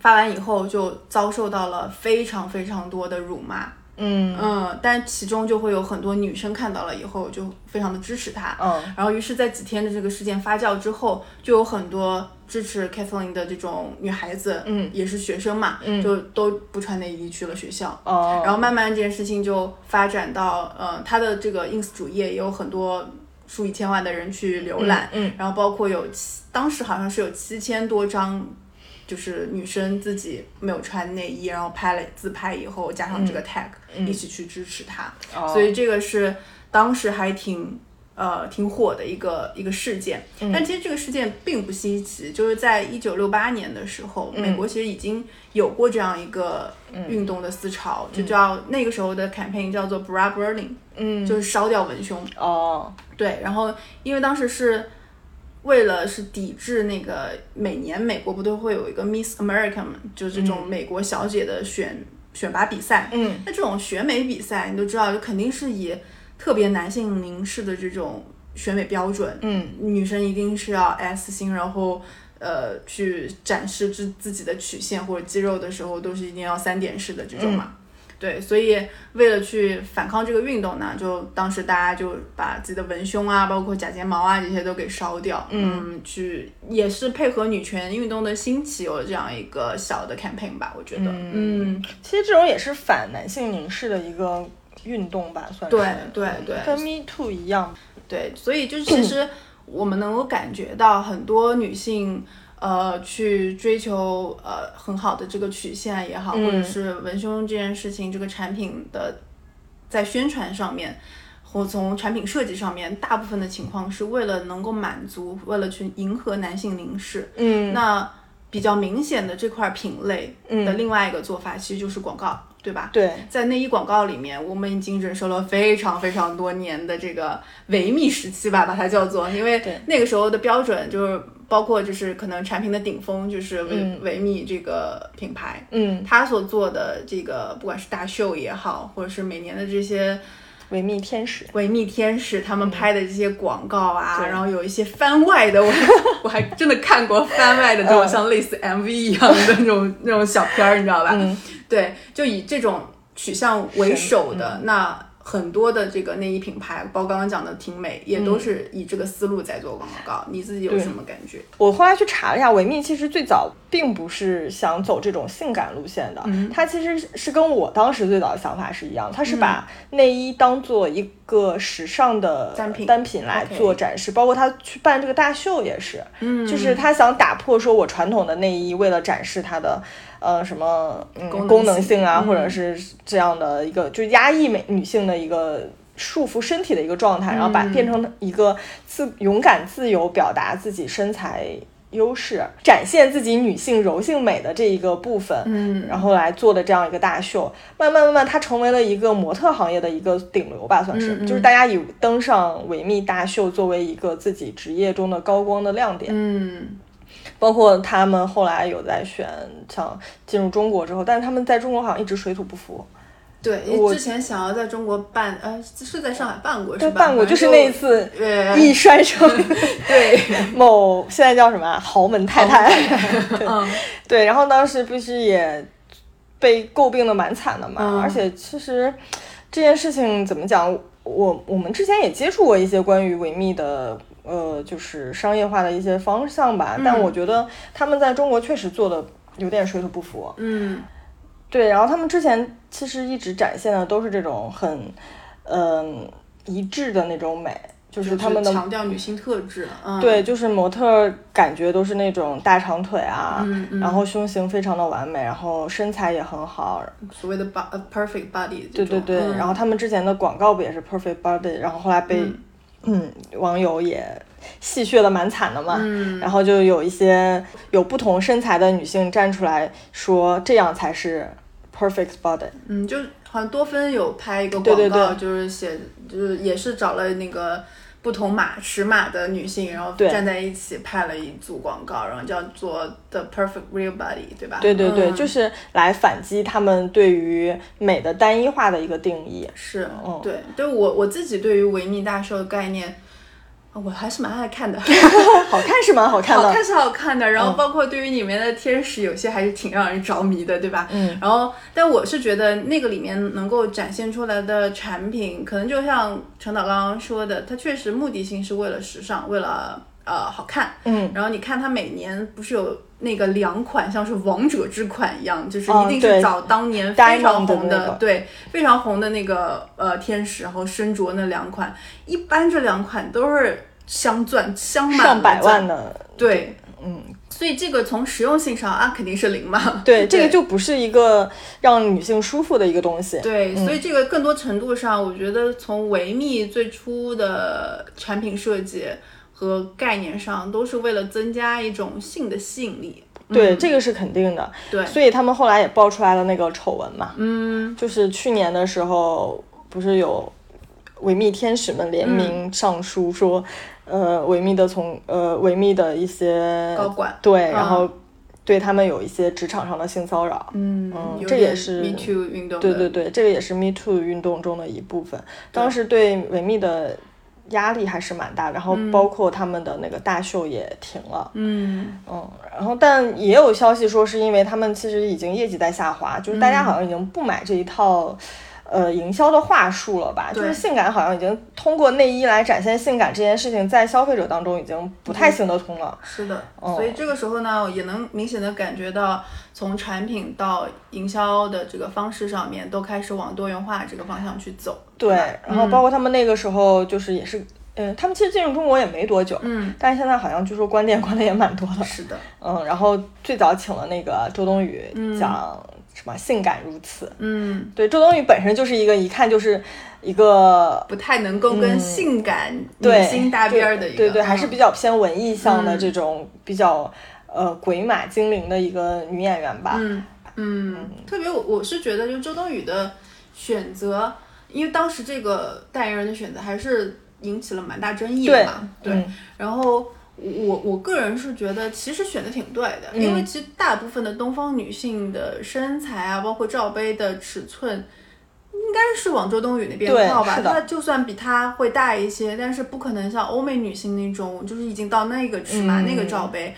[SPEAKER 2] 发完以后就遭受到了非常非常多的辱骂，
[SPEAKER 1] 嗯
[SPEAKER 2] 嗯，但其中就会有很多女生看到了以后就非常的支持她，
[SPEAKER 1] 嗯
[SPEAKER 2] 然后，于是，在几天的这个事件发酵之后，就有很多支持 Kathleen 的这种女孩子，
[SPEAKER 1] 嗯
[SPEAKER 2] 也是学生嘛，
[SPEAKER 1] 嗯
[SPEAKER 2] 就都不穿内衣去了学校。
[SPEAKER 1] 哦，
[SPEAKER 2] 然后慢慢这件事情就发展到，呃，他的这个 ins 主页也有很多数以千万的人去浏览，
[SPEAKER 1] 嗯嗯
[SPEAKER 2] 然后包括有七，当时好像是有七千多张，就是女生自己没有穿内衣，然后拍了自拍以后加上这个 tag、一起去支持她，
[SPEAKER 1] 嗯哦
[SPEAKER 2] 所以这个是当时还挺。呃，挺火的一个一个事件，
[SPEAKER 1] 嗯
[SPEAKER 2] 但其实这个事件并不稀奇，就是在一九六八年的时候，
[SPEAKER 1] 嗯
[SPEAKER 2] 美国其实已经有过这样一个运动的思潮，就叫那个时候的 campaign 叫做 bra burning，
[SPEAKER 1] 嗯
[SPEAKER 2] 就是烧掉文胸。
[SPEAKER 1] 哦
[SPEAKER 2] 对，然后因为当时是为了是抵制那个每年美国不都会有一个 Miss American，嘛就是这种美国小姐的选、选拔比赛。
[SPEAKER 1] 嗯，
[SPEAKER 2] 那这种选美比赛你都知道，就肯定是以特别男性凝视的这种选美标准，
[SPEAKER 1] 嗯，
[SPEAKER 2] 女生一定是要 S 型，然后。呃，
[SPEAKER 1] 嗯
[SPEAKER 2] 去展示自自己的曲线或者肌肉的时候，都是一定要三点式的这种嘛。对，所以为了去反抗这个运动呢，就当时大家就把自己的文胸啊，包括假睫毛啊这些都给烧掉，嗯，去也是配合女权运动的兴起，有了这样一个小的 campaign 吧，我觉得，嗯，
[SPEAKER 1] 其实这种也是反男性凝视的一个运动吧，算是
[SPEAKER 2] 对对对
[SPEAKER 1] 跟 Me Too 一样。
[SPEAKER 2] 对，所以就是其实我们能够感觉到很多女性。呃，去追求呃很好的这个曲线也好，或者是文胸这件事情，这个产品的在宣传上面，或从产品设计上面，大部分的情况是为了能够满足，为了去迎合男性凝视。
[SPEAKER 1] 嗯，
[SPEAKER 2] 那比较明显的这块品类的另外一个做法，其实就是广告，对吧？
[SPEAKER 1] 对，
[SPEAKER 2] 在内衣广告里面，我们已经忍受了非常非常多年的这个维密时期吧，把它叫做，因为
[SPEAKER 1] 对
[SPEAKER 2] 那个时候的标准就是包括就是可能产品的顶峰就是维、
[SPEAKER 1] 嗯
[SPEAKER 2] 维密这个品牌，
[SPEAKER 1] 嗯，
[SPEAKER 2] 它所做的这个不管是大秀也好，或者是每年的这些
[SPEAKER 1] 维密天使，
[SPEAKER 2] 维密天使他们拍的这些广告啊，
[SPEAKER 1] 嗯对
[SPEAKER 2] 然后有一些番外的，我还我还真的看过番外的这种
[SPEAKER 1] 嗯
[SPEAKER 2] 像类似 MV 一样的那种那种小片儿，你知道吧？
[SPEAKER 1] 嗯
[SPEAKER 2] 对，就以这种取向为首的、
[SPEAKER 1] 嗯
[SPEAKER 2] 那。很多的这个内衣品牌，包括刚刚讲的婷美，也都是
[SPEAKER 1] 嗯
[SPEAKER 2] 以这个思路在做广告。你自己有
[SPEAKER 1] 对
[SPEAKER 2] 什么感觉？
[SPEAKER 1] 我后来去查了一下，维密其实最早并不是想走这种性感路线的，
[SPEAKER 2] 嗯
[SPEAKER 1] 它其实是跟我当时最早的想法是一样，它是把内衣当做一个时尚的
[SPEAKER 2] 嗯单品
[SPEAKER 1] 单品来
[SPEAKER 2] OK 嗯
[SPEAKER 1] 做展示，包括他去办这个大秀也是，就是他想打破说我传统的内衣为了展示它的。呃，什么嗯
[SPEAKER 2] 功能性
[SPEAKER 1] 功能性啊，
[SPEAKER 2] 嗯
[SPEAKER 1] 或者是这样的一个，就压抑美女性的一个束缚身体的一个状态，然后把
[SPEAKER 2] 嗯
[SPEAKER 1] 变成一个自勇敢、自由表达自己身材优势、展现自己女性柔性美的这一个部分，
[SPEAKER 2] 嗯
[SPEAKER 1] 然后来做的这样一个大秀。慢慢慢慢，它成为了一个模特行业的一个顶流吧，算是，
[SPEAKER 2] 嗯嗯
[SPEAKER 1] 就是大家以登上维密大秀作为一个自己职业中的高光的亮点。
[SPEAKER 2] 嗯，
[SPEAKER 1] 包括他们后来有在选想进入中国之后，但是他们在中国好像一直水土不服。
[SPEAKER 2] 对，
[SPEAKER 1] 我
[SPEAKER 2] 之前想要在中国办，呃，是在上海办过是
[SPEAKER 1] 对，
[SPEAKER 2] 吧？
[SPEAKER 1] 办过就是那一
[SPEAKER 2] 次，
[SPEAKER 1] 次
[SPEAKER 2] 呃，
[SPEAKER 1] 一摔 成
[SPEAKER 2] 对，
[SPEAKER 1] 某现在叫什么啊豪门太太，对
[SPEAKER 2] 嗯，
[SPEAKER 1] 对，然后当时不是也被诟病的蛮惨的嘛，
[SPEAKER 2] 嗯
[SPEAKER 1] 而且其实这件事情怎么讲，我我们之前也接触过一些关于维密的。呃，就是商业化的一些方向吧，但我觉得他们在中国确实做的有点水土不服。
[SPEAKER 2] 嗯
[SPEAKER 1] 对，然后他们之前其实一直展现的都是这种很，嗯、一致的那种美，就是他们
[SPEAKER 2] 就
[SPEAKER 1] 的
[SPEAKER 2] 是强调女性特质，嗯，
[SPEAKER 1] 对，就是模特儿感觉都是那种大长腿啊，
[SPEAKER 2] 嗯嗯
[SPEAKER 1] 然后胸型非常的完美，然后身材也很好，
[SPEAKER 2] 所谓的 bo- 呃 perfect body，嗯
[SPEAKER 1] 对对对。然后他们之前的广告不也是 Perfect Body，然后后来被 嗯网友也戏谑的蛮惨的嘛，
[SPEAKER 2] 嗯
[SPEAKER 1] 然后就有一些有不同身材的女性站出来说这样才是 Perfect Body，
[SPEAKER 2] 嗯，就好像多芬有拍一个广告，
[SPEAKER 1] 对对对
[SPEAKER 2] 就是写就是也是找了那个不同码尺码的女性，然后
[SPEAKER 1] 对
[SPEAKER 2] 站在一起拍了一组广告，然后叫做 the perfect real body，对吧？
[SPEAKER 1] 对对对，
[SPEAKER 2] 嗯
[SPEAKER 1] 就是来反击他们对于美的单一化的一个定义。
[SPEAKER 2] 是，
[SPEAKER 1] 嗯
[SPEAKER 2] 对，对我我自己对于维密大秀的概念，哦我还是蛮爱看 的。
[SPEAKER 1] 好看是蛮好看
[SPEAKER 2] 好
[SPEAKER 1] 的，
[SPEAKER 2] 看是好看的，然后
[SPEAKER 1] 嗯
[SPEAKER 2] 包括对于里面的天使，有些还是挺让人着迷的，对吧？
[SPEAKER 1] 嗯。
[SPEAKER 2] 然后，但我是觉得那个里面能够展现出来的产品，可能就像陈导刚刚说的，它确实目的性是为了时尚，为了呃好看。
[SPEAKER 1] 嗯，
[SPEAKER 2] 然后你看它每年不是有那个两款像是王者之款一样，就是
[SPEAKER 1] 哦
[SPEAKER 2] 一定
[SPEAKER 1] 对
[SPEAKER 2] 是找当年非
[SPEAKER 1] Diamond
[SPEAKER 2] 常
[SPEAKER 1] 的
[SPEAKER 2] 红
[SPEAKER 1] 那个
[SPEAKER 2] 对非常红的那个呃天使，然后身着那两款，一般这两款都是镶钻镶满
[SPEAKER 1] 上
[SPEAKER 2] 了
[SPEAKER 1] 百
[SPEAKER 2] 钻
[SPEAKER 1] 万的，
[SPEAKER 2] 对，
[SPEAKER 1] 嗯，
[SPEAKER 2] 所以这个从实用性上啊，肯定是零 嘛。
[SPEAKER 1] 对，这个就不是一个让女性舒服的一个东西。
[SPEAKER 2] 对，所以这个更多程度上，我觉得从维密最初的产品设计和概念上，都是为了增加一种性的吸引力。
[SPEAKER 1] 对，这个是肯定的。
[SPEAKER 2] 对，
[SPEAKER 1] 所以他们后来也爆出来了那个丑闻嘛，嗯，就是去年的时候，不是有维密天使们联名
[SPEAKER 2] 嗯
[SPEAKER 1] 上书说，呃，维密的从呃维密的一些
[SPEAKER 2] 高管
[SPEAKER 1] 对，
[SPEAKER 2] 嗯
[SPEAKER 1] 然后对他们有一些职场上的性骚扰，
[SPEAKER 2] 嗯
[SPEAKER 1] 嗯
[SPEAKER 2] 有
[SPEAKER 1] 这
[SPEAKER 2] 点
[SPEAKER 1] 也是
[SPEAKER 2] Me Too 运动的，
[SPEAKER 1] 对对对，这个也是 Me Too 运动中的一部分。当时对维密的压力还是蛮大的，然后包括他们的那个大秀也停了，
[SPEAKER 2] 嗯
[SPEAKER 1] 嗯，然后但也有消息说是因为他们其实已经业绩在下滑，
[SPEAKER 2] 嗯
[SPEAKER 1] 就是大家好像已经不买这一套。呃，营销的话术了吧，就是
[SPEAKER 2] 对
[SPEAKER 1] 性感好像已经通过内衣来展现性感这件事情，在消费者当中已经不太行得通了。
[SPEAKER 2] 是的，
[SPEAKER 1] 哦
[SPEAKER 2] 所以这个时候呢，也能明显的感觉到，从产品到营销的这个方式上面，都开始往多元化这个方向去走。嗯
[SPEAKER 1] 对，然后包括他们那个时候就是也是，嗯，他们其实进入中国也没多久，
[SPEAKER 2] 嗯，
[SPEAKER 1] 但是现在好像据说关店关的也蛮多的，
[SPEAKER 2] 是的，
[SPEAKER 1] 嗯，然后最早请了那个周冬雨讲什么性感如此，
[SPEAKER 2] 嗯，
[SPEAKER 1] 对，周冬雨本身就是一个一看就是一个
[SPEAKER 2] 不太能够跟性感女
[SPEAKER 1] 对
[SPEAKER 2] 星搭边儿的一个，
[SPEAKER 1] 对对对，还是比较偏文艺向的
[SPEAKER 2] 嗯
[SPEAKER 1] 这种比较呃鬼马精灵的一个女演员吧，
[SPEAKER 2] 嗯嗯，特别我我是觉得，就周冬雨的选择，因为当时这个代言人的选择还是引起了蛮大争议的嘛，对。
[SPEAKER 1] 嗯
[SPEAKER 2] 然后我我个人是觉得，其实选的挺对的，因为其实大部分的东方女性的身材啊，包括罩杯的尺寸，应该是往周冬雨那边
[SPEAKER 1] 对
[SPEAKER 2] 靠吧。
[SPEAKER 1] 是的
[SPEAKER 2] 她就算比她会大一些，但是不可能像欧美女性那种，就是已经到那个尺码、
[SPEAKER 1] 嗯
[SPEAKER 2] 那个罩杯，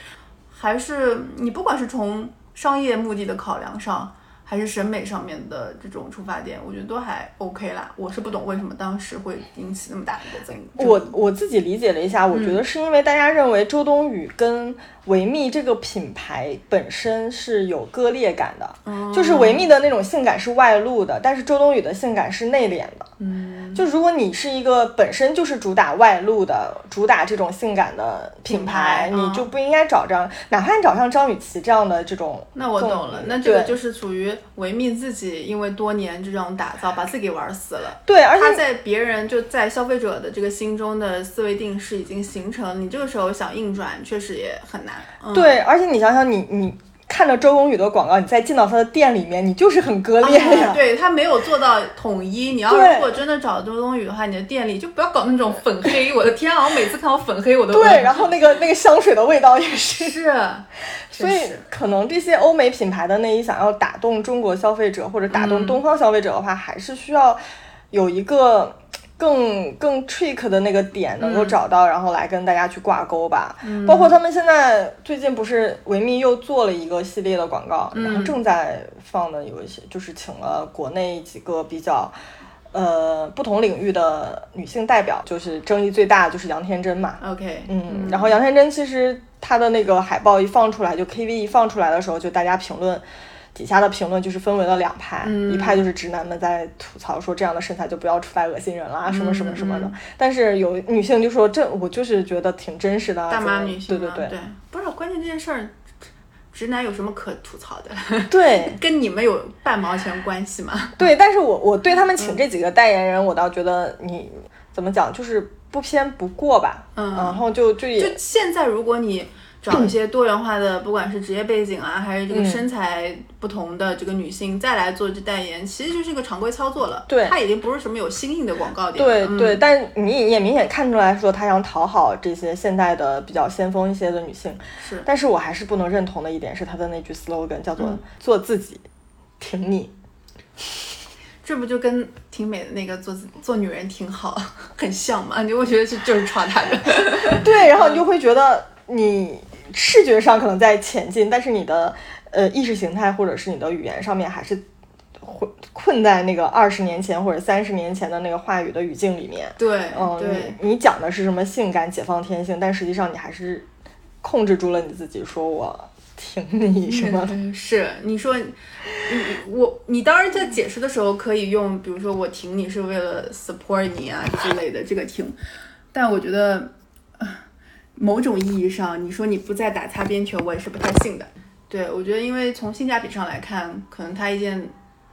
[SPEAKER 2] 还是你不管是从商业目的的考量上。还是审美上面的这种出发点，我觉得都还 OK 啦。我是不懂为什么当时会引起那么大的一个争议。
[SPEAKER 1] 我我自己理解了一下，我觉
[SPEAKER 2] 嗯
[SPEAKER 1] 得是因为大家认为周冬雨跟维密这个品牌本身是有割裂感的，
[SPEAKER 2] 哦
[SPEAKER 1] 就是维密的那种性感是外露的，但是周冬雨的性感是内敛的。
[SPEAKER 2] 嗯，
[SPEAKER 1] 就如果你是一个本身就是主打外露的、主打这种性感的品牌，
[SPEAKER 2] 品牌
[SPEAKER 1] 你就
[SPEAKER 2] 嗯
[SPEAKER 1] 不应该找这样，哪怕你找上张雨绮这样的这种，
[SPEAKER 2] 那我懂了，那这个
[SPEAKER 1] 对
[SPEAKER 2] 就是属于维密自己，因为多年这种打造，把自己给玩死了。
[SPEAKER 1] 对，而
[SPEAKER 2] 他
[SPEAKER 1] 且
[SPEAKER 2] 在别人就在消费者的这个心中的思维定式已经形成了，你这个时候想硬转，确实也很难。嗯、
[SPEAKER 1] 对，而且你想想你，你看着周冬雨的广告，你再进到她的店里面，你就是很割裂呀、
[SPEAKER 2] 哦对他没有做到统一。你要
[SPEAKER 1] 对
[SPEAKER 2] 如果真的找周冬雨的话，你的店里就不要搞那种粉黑。我的天啊，我每次看到粉黑我都
[SPEAKER 1] 对，然后那个那个香水的味道也是。
[SPEAKER 2] 是，
[SPEAKER 1] 所
[SPEAKER 2] 所
[SPEAKER 1] 以可能这些欧美品牌的内衣想要打动中国消费者或者打动东方消费者的话，还是需要有一个更更 trick 的那个点能够找到，然后来跟大家去挂钩吧。包括他们现在最近不是维密又做了一个系列的广告，然后正在放的有一些就是请了国内几个比较。呃，不同领域的女性代表，就是争议最大的就是杨天真嘛，
[SPEAKER 2] OK，
[SPEAKER 1] 嗯，然后杨天真其实她的那个海报一放出来，就 KV 一放出来的时候，就大家评论底下的评论就是分为了两派，
[SPEAKER 2] 嗯
[SPEAKER 1] 一派就是直男们在吐槽说这样的身材就不要出来恶心人啦，什么什么什么
[SPEAKER 2] 嗯
[SPEAKER 1] 的。但是有女性就说这我就是觉得挺真实的啊，
[SPEAKER 2] 大
[SPEAKER 1] 怎
[SPEAKER 2] 妈
[SPEAKER 1] 么
[SPEAKER 2] 女性
[SPEAKER 1] 对
[SPEAKER 2] 嘛
[SPEAKER 1] 对
[SPEAKER 2] 对，不是关键这件事儿，直男有什么可吐槽的？
[SPEAKER 1] 对
[SPEAKER 2] 跟你们有半毛钱关系吗？
[SPEAKER 1] 对，但是我我对他们
[SPEAKER 2] 嗯
[SPEAKER 1] 请这几个代言人，我倒觉得你怎么讲就是不偏不过吧，
[SPEAKER 2] 嗯
[SPEAKER 1] 然后就就也
[SPEAKER 2] 就现在，如果你找一些多元化的，不管是职业背景啊，还是这
[SPEAKER 1] 嗯
[SPEAKER 2] 个身材不同的这个女性，再来做这代言，其实就是一个常规操作了。
[SPEAKER 1] 对
[SPEAKER 2] 它已经不是什么有新颖的广告点
[SPEAKER 1] 对
[SPEAKER 2] 了。
[SPEAKER 1] 对，
[SPEAKER 2] 嗯
[SPEAKER 1] 但你也明显看出来说他想讨好这些现代的比较先锋一些的女性，
[SPEAKER 2] 是
[SPEAKER 1] 但是我还是不能认同的一点是他的那句 slogan 叫做
[SPEAKER 2] 嗯
[SPEAKER 1] “做自己，挺你
[SPEAKER 2] 这不就跟挺美的那个做做女人挺好 很像吗？你我觉得这就是抄他 的。”。
[SPEAKER 1] 对，然后你就会觉得你视觉上可能在前进，但是你的呃意识形态或者是你的语言上面还是困困在那个二十年前或者三十年前的那个话语的语境里面。
[SPEAKER 2] 对，
[SPEAKER 1] 嗯，
[SPEAKER 2] 对，
[SPEAKER 1] 你你讲的是什么性感解放天性，但实际上你还是控制住了你自己，说我挺你 什么的。
[SPEAKER 2] 嗯是你说你你我你当然在解释的时候可以用，比如说我挺你是为了 support 你啊之类的这个挺，但我觉得啊某种意义上，你说你不再打擦边球，我也是不太信的。对，我觉得因为从性价比上来看，可能它一件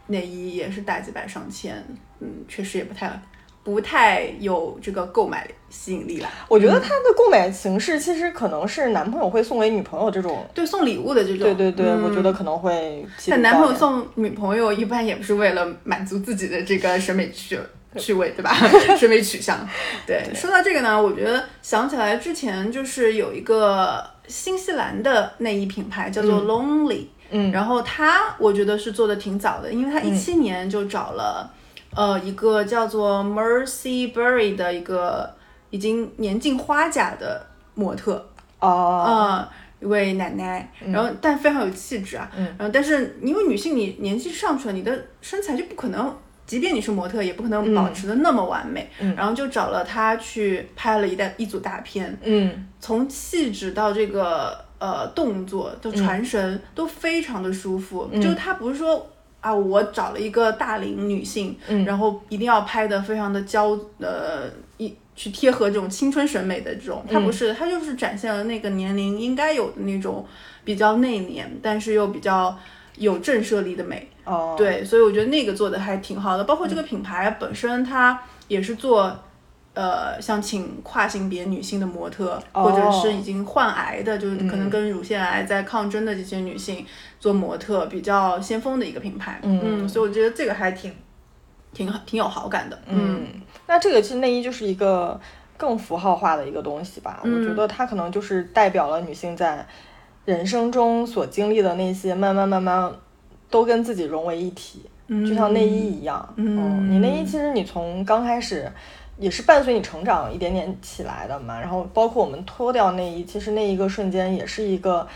[SPEAKER 2] 内衣也是大几百上千，嗯，确实也不太不太有这个购买吸引力啦。
[SPEAKER 1] 我觉得它的购买形式其实可能是男朋友会送给女朋友这种，
[SPEAKER 2] 对，送礼物的这种，
[SPEAKER 1] 对对对，
[SPEAKER 2] 嗯
[SPEAKER 1] 我觉得可能会。
[SPEAKER 2] 但男朋友，送女朋友一般也不是为了满足自己的这个审美趣趣味，对吧？审美取向。对，说到这个呢，我觉得想起来之前就是有一个新西兰的内衣品牌叫做 Lonely，
[SPEAKER 1] 嗯
[SPEAKER 2] 然后它我觉得是做的挺早的，因为它一七年就找了、呃一个叫做 Mercy Berry 的一个已经年近花甲的模特，
[SPEAKER 1] 哦，
[SPEAKER 2] 嗯，一位奶奶，然后但非常有气质啊，
[SPEAKER 1] 嗯
[SPEAKER 2] 然后但是因为女性你年纪上去了，你的身材就不可能，即便你是模特，也不可能保持的那么完美，
[SPEAKER 1] 嗯
[SPEAKER 2] 然后就找了她去拍了一大一组大片，
[SPEAKER 1] 嗯
[SPEAKER 2] 从气质到这个呃动作，就传神、都非常的舒服，就她不是说。啊，我找了一个大龄女性，然后一定要拍的非常的娇，呃，一去贴合这种青春审美的这种，她不是，她就是展现了那个年龄应该有的那种比较内敛，但是又比较有震慑力的美。
[SPEAKER 1] 哦，，
[SPEAKER 2] 对，所以我觉得那个做的还挺好的，包括这个品牌本身，它也是做。呃，像请跨性别女性的模特，
[SPEAKER 1] 哦
[SPEAKER 2] 或者是已经患癌的，就是可能跟乳腺癌在抗争的这些女性做模特，比较先锋的一个品牌。嗯所以我觉得这个还挺挺挺有好感的。嗯
[SPEAKER 1] 嗯，那这个其实内衣就是一个更符号化的一个东西吧，
[SPEAKER 2] 嗯
[SPEAKER 1] 我觉得它可能就是代表了女性在人生中所经历的那些，慢慢慢慢都跟自己融为一体，
[SPEAKER 2] 嗯
[SPEAKER 1] 就像内衣一样，嗯你内衣其实你从刚开始。也是伴随你成长一点点起来的嘛，然后包括我们脱掉内衣，其实那一个瞬间也是一个，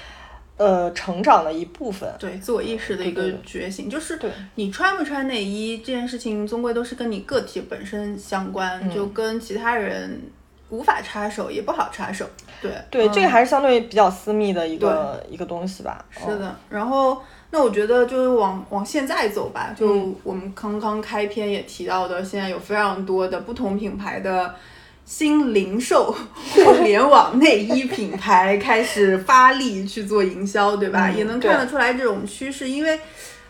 [SPEAKER 1] 呃，成长的一部分。
[SPEAKER 2] 对，自我意识的一
[SPEAKER 1] 对
[SPEAKER 2] 个
[SPEAKER 1] 对对
[SPEAKER 2] 觉醒，就是
[SPEAKER 1] 对
[SPEAKER 2] 你穿不穿内衣这件事情，终归都是跟你个体本身相关，就
[SPEAKER 1] 嗯
[SPEAKER 2] 跟其他人无法插手，也不好插手。对，
[SPEAKER 1] 对，
[SPEAKER 2] 嗯
[SPEAKER 1] 这个还是相对比较私密的一个一个东西吧。
[SPEAKER 2] 是
[SPEAKER 1] 嗯，
[SPEAKER 2] 的。然后，那我觉得就是往往现在走吧，就
[SPEAKER 1] 嗯
[SPEAKER 2] 我们刚刚开篇也提到的，现在有非常多的不同品牌的。新零售 互联网内衣品牌开始发力去做营销，对吧？
[SPEAKER 1] 嗯
[SPEAKER 2] 也能看得
[SPEAKER 1] 对
[SPEAKER 2] 出来这种趋势，因为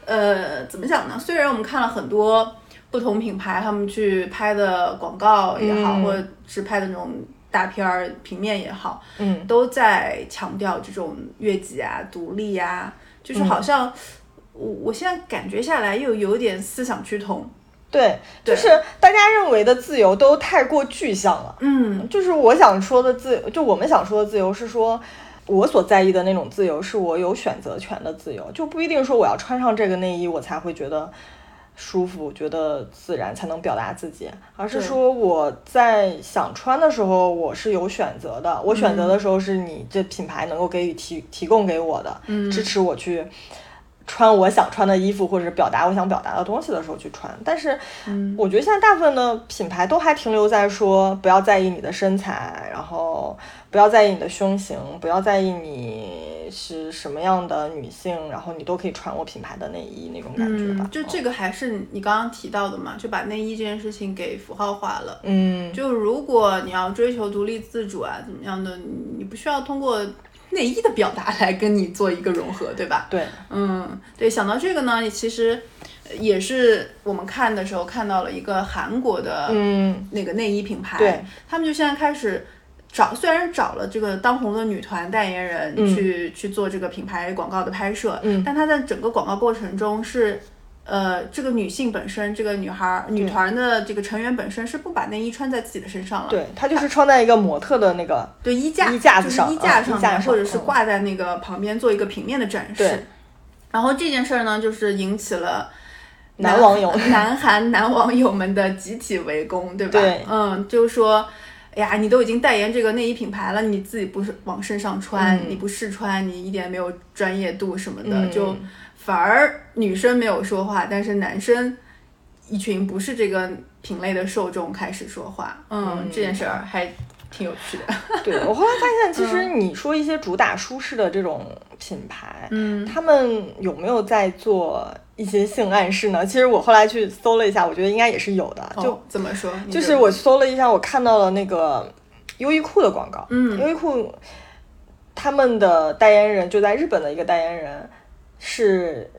[SPEAKER 2] 呃，怎么讲呢？虽然我们看了很多不同品牌他们去拍的广告也好，
[SPEAKER 1] 嗯
[SPEAKER 2] 或者是拍的那种大片儿、平面也好，
[SPEAKER 1] 嗯，
[SPEAKER 2] 都在强调这种悦己啊、独立啊，就是
[SPEAKER 1] 嗯
[SPEAKER 2] 好像我、我现在感觉下来又有点思想趋同。
[SPEAKER 1] 对，
[SPEAKER 2] 对
[SPEAKER 1] 就是大家认为的自由都太过具象了。
[SPEAKER 2] 嗯
[SPEAKER 1] 就是我想说的自由，就我们想说的自由是说。我所在意的那种自由，是我有选择权的自由，就不一定说我要穿上这个内衣，我才会觉得舒服、觉得自然，才能表达自己，而是
[SPEAKER 2] 对
[SPEAKER 1] 说我在想穿的时候，我是有选择的。
[SPEAKER 2] 嗯
[SPEAKER 1] 我选择的时候，是你这品牌能够给予提提供给我的，
[SPEAKER 2] 嗯
[SPEAKER 1] 支持我去穿我想穿的衣服，或者表达我想表达的东西的时候去穿。但是，
[SPEAKER 2] 嗯
[SPEAKER 1] 我觉得现在大部分的品牌都还停留在说不要在意你的身材，然后不要在意你的胸型，不要在意你是什么样的女性，然后你都可以穿我品牌的内衣那种感觉吧。哦
[SPEAKER 2] 嗯，就这个还是你刚刚提到的嘛，就把内衣这件事情给符号化了。
[SPEAKER 1] 嗯，
[SPEAKER 2] 就如果你要追求独立自主啊，怎么样的，你你不需要通过内衣的表达来跟你做一个融合，对吧？
[SPEAKER 1] 对，
[SPEAKER 2] 嗯，对，想到这个呢，其实呃也是我们看的时候看到了一个韩国的
[SPEAKER 1] 嗯，
[SPEAKER 2] 那个内衣品牌，
[SPEAKER 1] 对
[SPEAKER 2] 他们就现在开始找，虽然找了这个当红的女团代言人去、去做这个品牌广告的拍摄，
[SPEAKER 1] 嗯
[SPEAKER 2] 但她在整个广告过程中是。呃，这个女性本身，这个女孩儿女团的这个成员本身是不把内衣穿在自己的身上了，
[SPEAKER 1] 对，它就是穿在一个模特的那个，
[SPEAKER 2] 对衣架，
[SPEAKER 1] 衣架子
[SPEAKER 2] 就
[SPEAKER 1] 上
[SPEAKER 2] 是衣架
[SPEAKER 1] 嗯
[SPEAKER 2] 上
[SPEAKER 1] 衣
[SPEAKER 2] 面，
[SPEAKER 1] 架上
[SPEAKER 2] 或者
[SPEAKER 1] 嗯
[SPEAKER 2] 是挂在那个旁边做一个平面的展示
[SPEAKER 1] 对。
[SPEAKER 2] 然后这件事儿呢，就是引起了。
[SPEAKER 1] 男网友
[SPEAKER 2] 南韩男网友们的集体围攻，对吧？
[SPEAKER 1] 对
[SPEAKER 2] 嗯，就是说，哎呀，你都已经代言这个内衣品牌了，你自己不是往身上穿，
[SPEAKER 1] 嗯
[SPEAKER 2] 你不试穿，你一点没有专业度什么的，
[SPEAKER 1] 嗯
[SPEAKER 2] 就反而女生没有说话，但是男生一群不是这个品类的受众开始说话，嗯，这件事儿还挺有趣的。
[SPEAKER 1] 对我后来发现，其实你说一些主打舒适的这种品牌，
[SPEAKER 2] 嗯
[SPEAKER 1] 他们有没有在做一些性暗示呢？其实我后来去搜了一下，我觉得应该也是有的，就
[SPEAKER 2] 就怎么说？
[SPEAKER 1] 哦
[SPEAKER 2] 你
[SPEAKER 1] 就是我搜了一下，我看到了那个优衣库的广告，
[SPEAKER 2] 嗯
[SPEAKER 1] 优衣库他们的代言人就在日本的一个代言人是，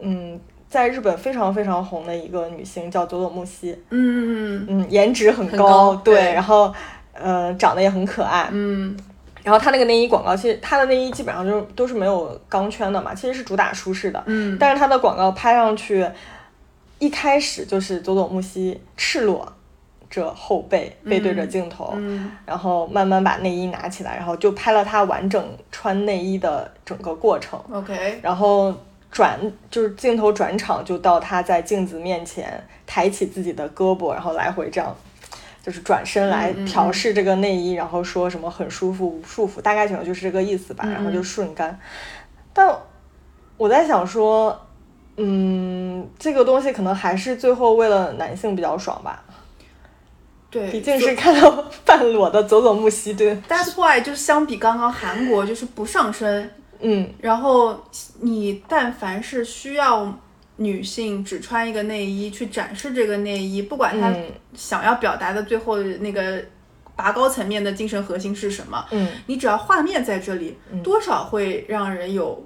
[SPEAKER 1] 嗯，在日本非常非常红的一个女星叫佐佐木希，
[SPEAKER 2] 嗯嗯
[SPEAKER 1] 嗯，颜值很高，
[SPEAKER 2] 很高
[SPEAKER 1] 对，
[SPEAKER 2] 对
[SPEAKER 1] 然后呃长得也很可爱，
[SPEAKER 2] 嗯
[SPEAKER 1] 然后她那个内衣广告，其实她的内衣基本上就是都是没有钢圈的嘛，其实是主打舒适的，
[SPEAKER 2] 嗯
[SPEAKER 1] 但是她的广告拍上去，一开始就是佐佐木希赤裸着后背背对着镜头，
[SPEAKER 2] 嗯
[SPEAKER 1] 然后慢慢把内衣拿起来，然后就拍了她完整穿内衣的整个过程，
[SPEAKER 2] ，OK，
[SPEAKER 1] 然后转就是镜头转场就到她在镜子面前抬起自己的胳膊，然后来回这样就是转身来调试这个内衣，然后说什么很舒服、不束缚，大概可能就是这个意思吧，然后就顺干。但我在想说，嗯，这个东西可能还是最后为了男性比较爽吧，
[SPEAKER 2] 对，
[SPEAKER 1] 毕竟是看到 半裸的佐佐木希顿，
[SPEAKER 2] That's why 就是相比刚刚韩国就是不上身，
[SPEAKER 1] 嗯，
[SPEAKER 2] 然后你但凡是需要女性只穿一个内衣去展示这个内衣，不管她
[SPEAKER 1] 嗯
[SPEAKER 2] 想要表达的最后那个拔高层面的精神核心是什么，
[SPEAKER 1] 嗯，
[SPEAKER 2] 你只要画面在这里，多少会让人有。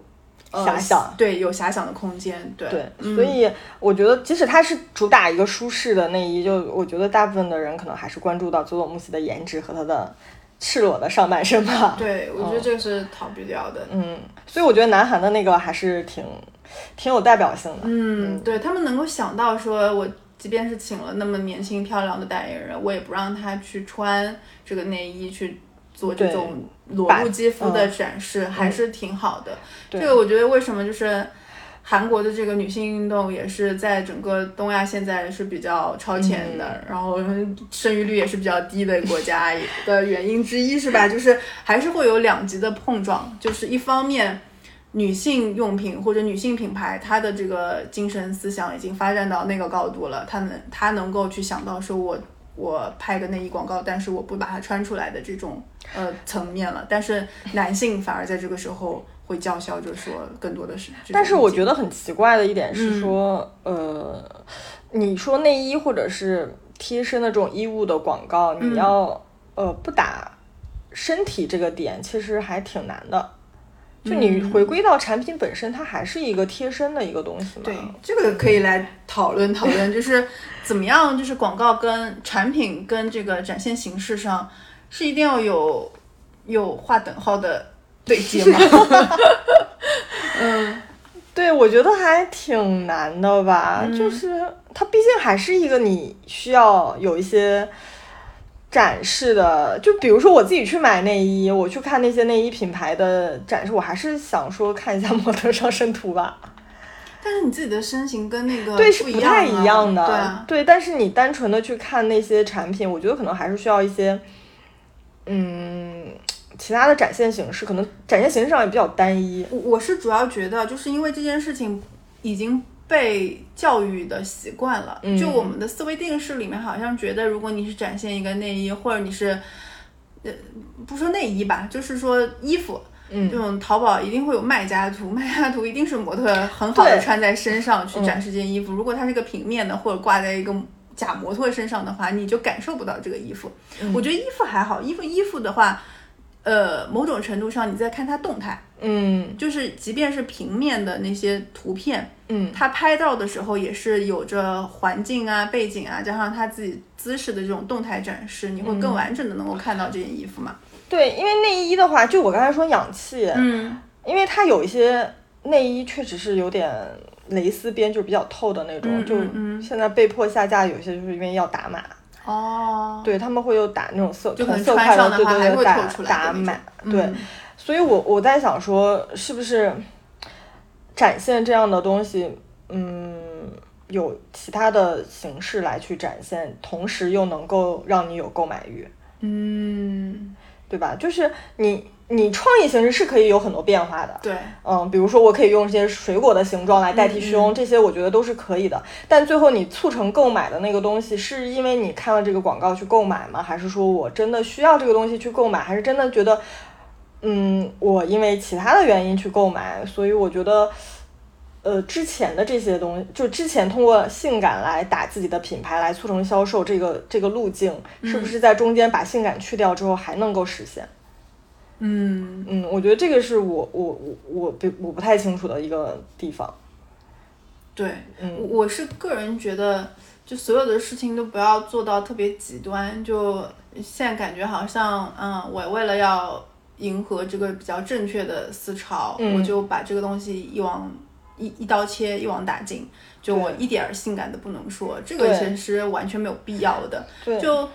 [SPEAKER 2] 呃
[SPEAKER 1] 遐想
[SPEAKER 2] 对，有遐想的空间，对，
[SPEAKER 1] 对，
[SPEAKER 2] 嗯
[SPEAKER 1] 所以我觉得，即使它是主打一个舒适的内衣，就我觉得大部分的人可能还是关注到佐佐木希的颜值和她的赤裸的上半身吧。，
[SPEAKER 2] 对，我觉得这个是逃不掉的，
[SPEAKER 1] 哦嗯，所以我觉得南韩的那个还是挺挺有代表性的。
[SPEAKER 2] 嗯，对他们能够想到说，我即便是请了那么年轻漂亮的代言人，我也不让他去穿这个内衣去做这
[SPEAKER 1] 对
[SPEAKER 2] 种裸
[SPEAKER 1] 把
[SPEAKER 2] 露肌肤的
[SPEAKER 1] 嗯
[SPEAKER 2] 展示，还是挺好的。
[SPEAKER 1] 对
[SPEAKER 2] 这个我觉得为什么就是。韩国的这个女性运动也是在整个东亚现在是比较超前的，然后生育率也是比较低的国家的原因之一是吧？ 就是还是会有两极的碰撞，就是一方面女性用品或者女性品牌，它的这个精神思想已经发展到那个高度了，它能它能够去想到说我我拍个内衣广告，但是我不把它穿出来的这种呃层面了。但是男性反而在这个时候会叫嚣着说更多的是，
[SPEAKER 1] 但是我觉
[SPEAKER 2] 得
[SPEAKER 1] 得很奇怪的一点是说，
[SPEAKER 2] 嗯
[SPEAKER 1] 呃，你说内衣或者是贴身的这种衣物的广告，你要
[SPEAKER 2] 嗯
[SPEAKER 1] 呃不打身体这个点，其实还挺难的。就你
[SPEAKER 2] 嗯
[SPEAKER 1] 回归到产品本身，它还是一个贴身的一个东西嘛。
[SPEAKER 2] 对这个可以来讨论 讨论，就是怎么样，就是广告跟产品跟这个展现形式上是一定要有有划等号的对接吗？ 嗯
[SPEAKER 1] 对，我觉得还挺难的吧，
[SPEAKER 2] 嗯
[SPEAKER 1] 就是它毕竟还是一个你需要有一些展示的，就比如说我自己去买内衣，我去看那些内衣品牌的展示，我还是想说看一下模特上身图吧，
[SPEAKER 2] 但是你自己的身形跟那个
[SPEAKER 1] 对，是
[SPEAKER 2] 不
[SPEAKER 1] 不
[SPEAKER 2] 一样啊
[SPEAKER 1] 太一样的，
[SPEAKER 2] 对啊，
[SPEAKER 1] 对，但是你单纯的去看那些产品，我觉得可能还是需要一些，嗯，其他的展现形式，可能展现形式上也比较单一，
[SPEAKER 2] 我我是主要觉得，就是因为这件事情已经被教育的习惯了，
[SPEAKER 1] 嗯
[SPEAKER 2] 就我们的思维定式里面好像觉得，如果你是展现一个内衣，或者你是，呃，不说内衣吧，就是说衣服。
[SPEAKER 1] 嗯
[SPEAKER 2] 这种淘宝一定会有卖家图，卖家图一定是模特很好的
[SPEAKER 1] 对嗯
[SPEAKER 2] 穿在身上去展示这件衣服。如果它是个平面的，或者挂在一个假模特身上的话，你就感受不到这个衣服。
[SPEAKER 1] 嗯
[SPEAKER 2] 我觉得衣服还好，衣服衣服的话，呃，某种程度上你在看它动态，
[SPEAKER 1] 嗯
[SPEAKER 2] 就是即便是平面的那些图片，
[SPEAKER 1] 嗯
[SPEAKER 2] 它拍照的时候也是有着环境啊、背景啊，加上它自己姿势的这种动态展示，你
[SPEAKER 1] 嗯
[SPEAKER 2] 会更完整的能够看到这件衣服嘛？
[SPEAKER 1] 对，因为内衣的话，就我刚才说氧气，
[SPEAKER 2] 嗯
[SPEAKER 1] 因为它有一些内衣确实是有点蕾丝边，就是比较透的那种，
[SPEAKER 2] 嗯嗯嗯
[SPEAKER 1] 就现在被迫下架，有些就是因为要打码，
[SPEAKER 2] 哦，
[SPEAKER 1] 对他们会有打那种色
[SPEAKER 2] 就可
[SPEAKER 1] 同
[SPEAKER 2] 能
[SPEAKER 1] 色
[SPEAKER 2] 穿
[SPEAKER 1] 块
[SPEAKER 2] 上
[SPEAKER 1] 的，对
[SPEAKER 2] 的话还
[SPEAKER 1] 对
[SPEAKER 2] 会
[SPEAKER 1] 对，打
[SPEAKER 2] 透出来的
[SPEAKER 1] 打
[SPEAKER 2] 那
[SPEAKER 1] 码，
[SPEAKER 2] 种
[SPEAKER 1] 对，
[SPEAKER 2] 嗯
[SPEAKER 1] 所以我我在想说，是不是展现这样的东西，嗯。有其他的形式来去展现，同时又能够让你有购买欲。
[SPEAKER 2] 嗯，
[SPEAKER 1] 对吧？就是你你创意形式是可以有很多变化的。
[SPEAKER 2] 对，
[SPEAKER 1] 嗯，比如说我可以用这些水果的形状来代替胸，这些我觉得都是可以的。但最后你促成购买的那个东西，是因为你看了这个广告去购买吗？还是说我真的需要这个东西去购买？还是真的觉得，嗯，我因为其他的原因去购买？所以我觉得。呃，之前的这些东西，就之前通过性感来打自己的品牌，来促成销售，这个这个路径，是不是在中间把性感去掉之后还能够实现？
[SPEAKER 2] 嗯。
[SPEAKER 1] 嗯，我觉得这个是我我我我不我不太清楚的一个地方。
[SPEAKER 2] 对，
[SPEAKER 1] 嗯
[SPEAKER 2] 我我是个人觉得，就所有的事情都不要做到特别极端。就现在感觉好像，嗯，我为了要迎合这个比较正确的思潮，
[SPEAKER 1] 嗯
[SPEAKER 2] 我就把这个东西一网一一刀切，一网打尽。就我一点儿性感的不能说，这个
[SPEAKER 1] 对
[SPEAKER 2] 其实是完全没有必要的。
[SPEAKER 1] 对
[SPEAKER 2] 就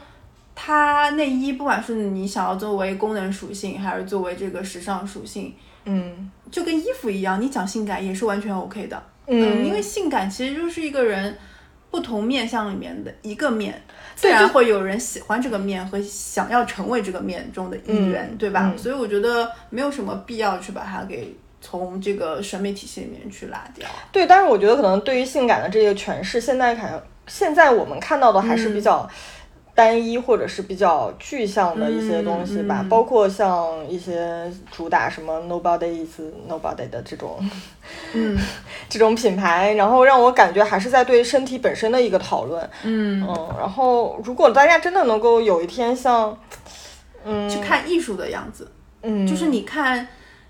[SPEAKER 2] 它内衣，不管是你想要作为功能属性，还是作为这个时尚属性，
[SPEAKER 1] 嗯
[SPEAKER 2] 就跟衣服一样，你讲性感也是完全 OK 的。
[SPEAKER 1] 嗯
[SPEAKER 2] 因为性感其实就是一个人不同面相里面的一个面，自然会有人喜欢这个面和想要成为这个面中的一员，
[SPEAKER 1] 嗯
[SPEAKER 2] 对吧？
[SPEAKER 1] 嗯
[SPEAKER 2] 所以我觉得没有什么必要去把它给从这个审美体系里面去拉掉。
[SPEAKER 1] 对，但是我觉得可能对于性感的这个诠释，现在看现在我们看到的还
[SPEAKER 2] 嗯
[SPEAKER 1] 是比较单一或者是比较具象的一些东西吧，
[SPEAKER 2] 嗯嗯
[SPEAKER 1] 包括像一些主打什么 nobody is nobody 的这种
[SPEAKER 2] 嗯
[SPEAKER 1] 这种品牌，然后让我感觉还是在对身体本身的一个讨论。
[SPEAKER 2] 嗯，
[SPEAKER 1] 嗯，然后如果大家真的能够有一天像，嗯，
[SPEAKER 2] 去看艺术的样子，
[SPEAKER 1] 嗯，
[SPEAKER 2] 就是你看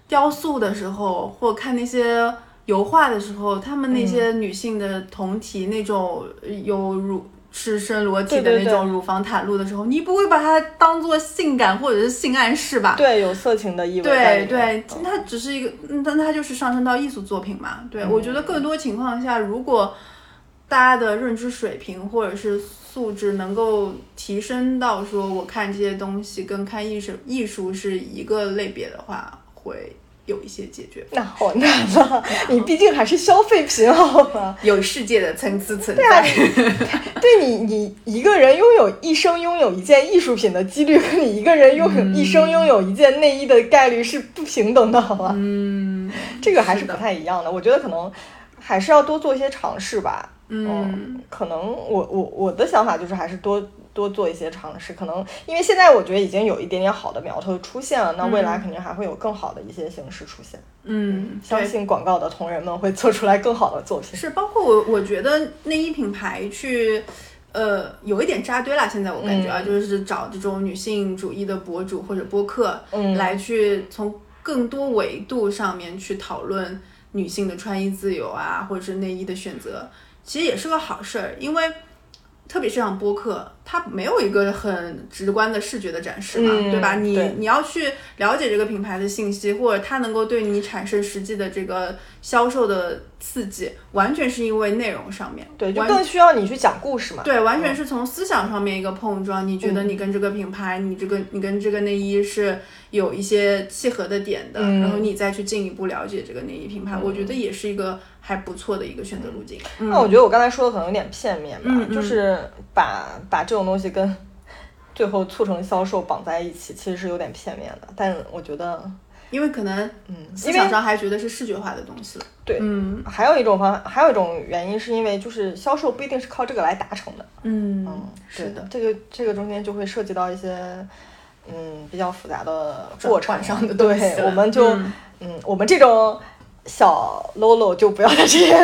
[SPEAKER 2] 雕塑的时候，或看那些油画的时候，她
[SPEAKER 1] 嗯
[SPEAKER 2] 们那些女性的胴体、那种有乳赤身裸体的
[SPEAKER 1] 对对
[SPEAKER 2] 那
[SPEAKER 1] 对
[SPEAKER 2] 种乳房袒露的时候，你不会把它当做性感或者是性暗示吧？
[SPEAKER 1] 对有色情的意味在
[SPEAKER 2] 对
[SPEAKER 1] 里面。
[SPEAKER 2] 对，它只是一个，嗯但它就是上升到艺术作品嘛。对、我觉得
[SPEAKER 1] 嗯
[SPEAKER 2] 更多情况下，如果大家的认知水平或者是素质能够提升到说，我看这些东西跟看艺术艺术是一个类别的话，会有一些解决，
[SPEAKER 1] 那好难啊！你毕竟还是消费品，好 吗？
[SPEAKER 2] 有世界的层次存
[SPEAKER 1] 啊
[SPEAKER 2] 在。
[SPEAKER 1] 对你，你一个人拥有一生拥有一件艺术品的几率，跟你一个人拥有一生拥有一件内衣的概率是不平等的，好吧？
[SPEAKER 2] 嗯
[SPEAKER 1] 这个还是
[SPEAKER 2] 是
[SPEAKER 1] 不
[SPEAKER 2] 的
[SPEAKER 1] 太一样的。我觉得可能还是要多做一些尝试吧。哦
[SPEAKER 2] 嗯
[SPEAKER 1] 可能我我我的想法就是还是多多做一些尝试。可能因为现在我觉得已经有一点点好的苗头出现了，那未来肯定还会有更好的一些形式出现。
[SPEAKER 2] 嗯，
[SPEAKER 1] 相
[SPEAKER 2] 对
[SPEAKER 1] 信广告的同仁们会做出来更好的作品。
[SPEAKER 2] 是，包括我，我觉得内衣品牌去，呃，有一点扎堆啦。现在我感觉啊，
[SPEAKER 1] 嗯
[SPEAKER 2] 就是找这种女性主义的博主或者播客，
[SPEAKER 1] 嗯
[SPEAKER 2] 来去从更多维度上面去讨论女性的穿衣自由啊，或者是内衣的选择，其实也是个好事儿，因为。特别是像播客，它没有一个很直观的视觉的展示嘛，
[SPEAKER 1] 嗯
[SPEAKER 2] 对吧？你
[SPEAKER 1] 对
[SPEAKER 2] 你要去了解这个品牌的信息，或者它能够对你产生实际的这个销售的刺激，完全是因为内容上面，
[SPEAKER 1] 对，就
[SPEAKER 2] 完
[SPEAKER 1] 更需要你去讲故事嘛。
[SPEAKER 2] 对，完全是从思想上面一个碰撞。你觉得你跟这个品牌，
[SPEAKER 1] 嗯
[SPEAKER 2] 你这个你跟这个内衣是有一些契合的点的，
[SPEAKER 1] 嗯
[SPEAKER 2] 然后你再去进一步了解这个内衣品牌，我觉得也是一个还不错的一个选择路径。嗯
[SPEAKER 1] 那我觉得我刚才说的可能有点片面吧，
[SPEAKER 2] 嗯嗯
[SPEAKER 1] 就是把把这种东西跟最后促成销售绑在一起，其实是有点片面的。但我觉得，
[SPEAKER 2] 因为可能
[SPEAKER 1] 嗯，
[SPEAKER 2] 思
[SPEAKER 1] 因为
[SPEAKER 2] 想上还觉得是视觉化的东西了。
[SPEAKER 1] 对
[SPEAKER 2] 嗯
[SPEAKER 1] 还有一种方，还有一种原因是因为就是销售不一定是靠这个来达成的。
[SPEAKER 2] 嗯，
[SPEAKER 1] 对
[SPEAKER 2] 是的，
[SPEAKER 1] 这个这个中间就会涉及到一些嗯比较复杂的过程
[SPEAKER 2] 转换上的东西
[SPEAKER 1] 对，
[SPEAKER 2] 了
[SPEAKER 1] 我们就嗯
[SPEAKER 2] 嗯
[SPEAKER 1] 我们这种小喽喽就不要在这些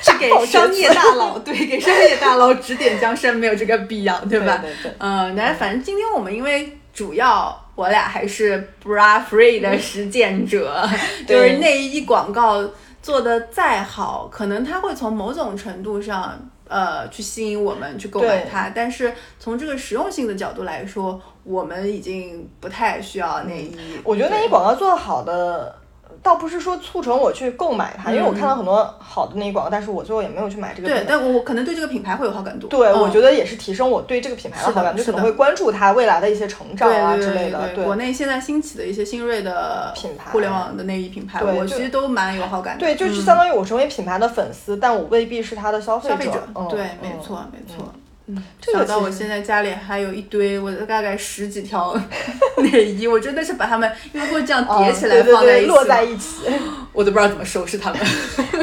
[SPEAKER 2] 是给
[SPEAKER 1] 大放厥
[SPEAKER 2] 商业
[SPEAKER 1] 词
[SPEAKER 2] 大佬，对，给商业大佬指点江山没有这个必要，对吧？
[SPEAKER 1] 对对对
[SPEAKER 2] 嗯，但是反正今天我们因为主要我俩还是 bra free 的实 践者，就
[SPEAKER 1] 对
[SPEAKER 2] 是内衣广告做的再好，可能它会从某种程度上呃去吸引我们去购买
[SPEAKER 1] 对
[SPEAKER 2] 它，但是从这个实用性的角度来说，我们已经不太需要内衣。
[SPEAKER 1] 我觉得内衣
[SPEAKER 2] 对
[SPEAKER 1] 广告做得好的，倒不是说促成我去购买它，因为我看到很多好的内衣广告，但是我最后也没有去买这个
[SPEAKER 2] 嗯对
[SPEAKER 1] 品，牌。
[SPEAKER 2] 但我可能对这个品牌会有好感度。
[SPEAKER 1] 对，我
[SPEAKER 2] 嗯
[SPEAKER 1] 觉得也是提升我对这个品牌的
[SPEAKER 2] 是的
[SPEAKER 1] 好感，就是可
[SPEAKER 2] 的
[SPEAKER 1] 能会关注它未来的一些成长啊
[SPEAKER 2] 对
[SPEAKER 1] 之
[SPEAKER 2] 对
[SPEAKER 1] 类
[SPEAKER 2] 对
[SPEAKER 1] 的。
[SPEAKER 2] 对，国内现在兴起的一些新锐的
[SPEAKER 1] 品牌
[SPEAKER 2] 互联网的内衣品牌，
[SPEAKER 1] 对
[SPEAKER 2] 我
[SPEAKER 1] 就
[SPEAKER 2] 其实都蛮有好感的。嗯
[SPEAKER 1] 对，就是相当于我成为品牌的粉丝，但我未必是它的消费
[SPEAKER 2] 消费者，
[SPEAKER 1] 嗯
[SPEAKER 2] 对，
[SPEAKER 1] 嗯
[SPEAKER 2] 没错，没错。嗯，
[SPEAKER 1] 这个
[SPEAKER 2] 想到
[SPEAKER 1] 其
[SPEAKER 2] 我
[SPEAKER 1] 实
[SPEAKER 2] 现在家里还有一堆，我大概十几条 内衣，我真的是把它们因为会这样
[SPEAKER 1] 嗯
[SPEAKER 2] 叠起
[SPEAKER 1] 对
[SPEAKER 2] 来
[SPEAKER 1] 对
[SPEAKER 2] 放在
[SPEAKER 1] 对
[SPEAKER 2] 一起嘛，
[SPEAKER 1] 落在一起。
[SPEAKER 2] 我都不知道怎么收拾它们。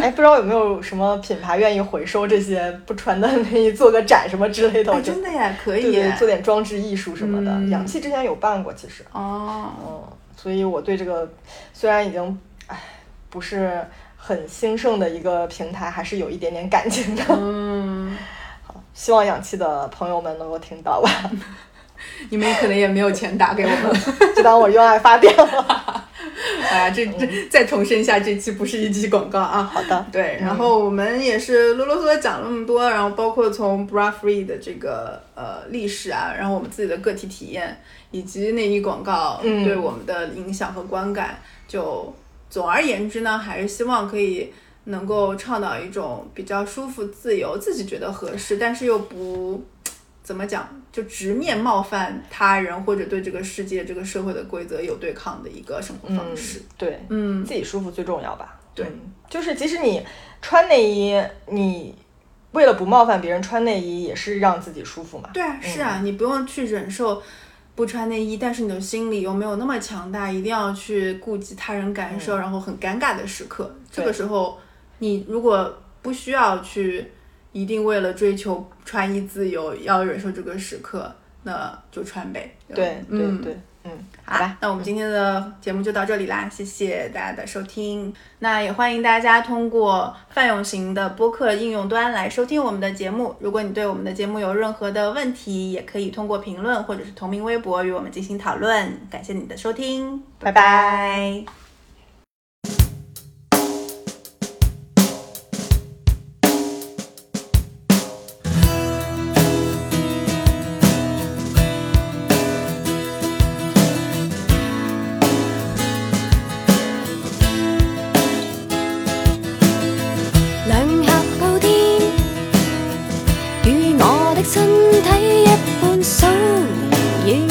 [SPEAKER 1] 哎，不知道有没有什么品牌愿意回收这些不穿的内衣，做个展什么之类的？我
[SPEAKER 2] 哎
[SPEAKER 1] 觉得
[SPEAKER 2] 真的呀，可
[SPEAKER 1] 对
[SPEAKER 2] 以
[SPEAKER 1] 对
[SPEAKER 2] 耶，
[SPEAKER 1] 做点装置艺术什么的。
[SPEAKER 2] 嗯
[SPEAKER 1] 氧气之前有办过，其实。
[SPEAKER 2] 哦，
[SPEAKER 1] 嗯，所以我对这个虽然已经唉不是很兴盛的一个平台，还是有一点点感情的。
[SPEAKER 2] 嗯，
[SPEAKER 1] 希望氧气的朋友们能够听到吧，
[SPEAKER 2] 你们可能也没有钱打给我们。
[SPEAKER 1] 就当我用爱发电了。
[SPEAKER 2] 哎呀，这这再重申一下，这期不是一期广告啊。
[SPEAKER 1] 好的 嗯
[SPEAKER 2] 对，然后我们也是啰啰嗦嗦讲了那么多，然后包括从 bra free 的这个呃历史啊，然后我们自己的个体体验，以及内衣广告
[SPEAKER 1] 嗯
[SPEAKER 2] 对我们的影响和观感，就总而言之呢，还是希望可以。能够倡导一种比较舒服、自由，自己觉得合适，但是又不怎么讲，就直面冒犯他人或者对这个世界、这个社会的规则有对抗的一个生活方
[SPEAKER 1] 嗯
[SPEAKER 2] 式。，
[SPEAKER 1] 对，
[SPEAKER 2] 嗯，
[SPEAKER 1] 自己舒服最重要吧。
[SPEAKER 2] 对
[SPEAKER 1] 嗯，就是即使你穿内衣，你为了不冒犯别人，穿内衣也是让自己舒服嘛。
[SPEAKER 2] 对啊，是啊，你不用去忍受不穿内衣，但是你的心理又没有那么强大，一定要去顾及他人感
[SPEAKER 1] 嗯
[SPEAKER 2] 受，然后很尴尬的时刻，这个时候你如果不需要去一定为了追求穿衣自由要忍受这个时刻，那就穿呗。
[SPEAKER 1] 对对
[SPEAKER 2] 嗯
[SPEAKER 1] 对，嗯，好
[SPEAKER 2] 好
[SPEAKER 1] 吧，
[SPEAKER 2] 那我们今天的节目就到这里啦，谢谢大家的收听。那也欢迎大家通过泛用型的播客应用端来收听我们的节目。如果你对我们的节目有任何的问题，也可以通过评论或者是同名微博与我们进行讨论。感谢你的收听，
[SPEAKER 1] 拜
[SPEAKER 2] 拜
[SPEAKER 1] 拜。
[SPEAKER 4] 兩盒布甸，與我的身體一半疏遠。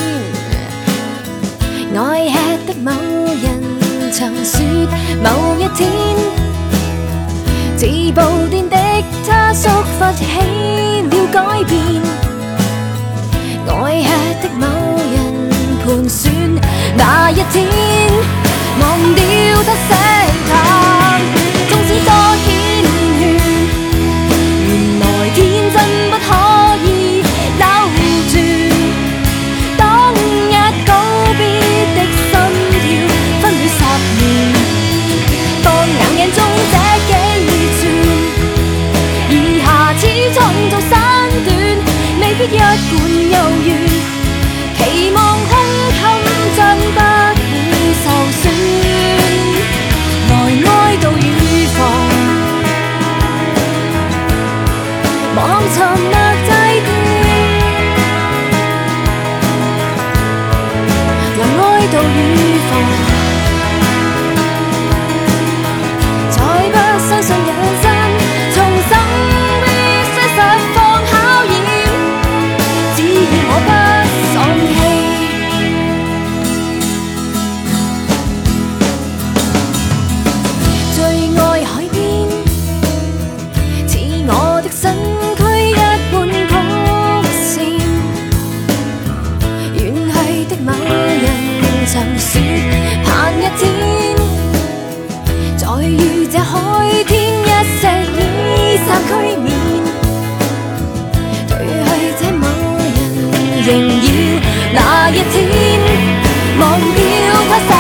[SPEAKER 4] 愛吃的某人曾說，某一天，自布甸的他觸發起了改變。愛吃的某人盤算，那一天忘掉得石淡，縱使多險勸，原來天真不可以扭轉。當日告別的心跳，分秒十年，當眼鏡中這幾列轉。以下始終做散短，未必一管有緣，期望胸襟將不會受損，來哀悼與防，望尋默祭奠，來哀悼與防。再不相信人生，重生必須實況考驗。只要我不喪氣，最愛海邊，似我的身軀一半曲線。遠去的某人曾說，盼一天。再遇這海天一石以三驅面，退去這某人仍要那一天，忘掉他寫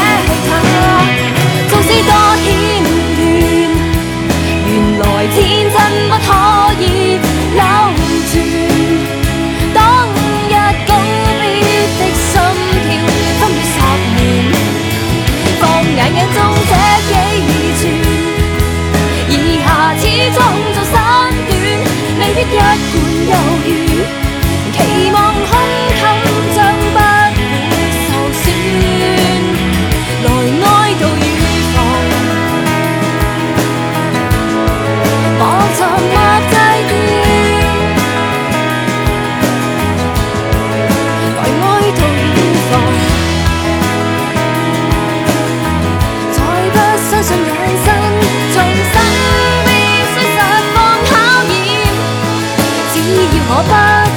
[SPEAKER 4] 他，縱使多險亂，原來天真不可以扭轉。當日告別的心跳，分秒十年。放眼眼中這幾寸，以下始終做散短，未必一管有餘。期望胸襟將不會受損，來哀悼與防，望沉默祭奠，來哀悼與防。再不相信人生，重生必須實況考驗。只要我不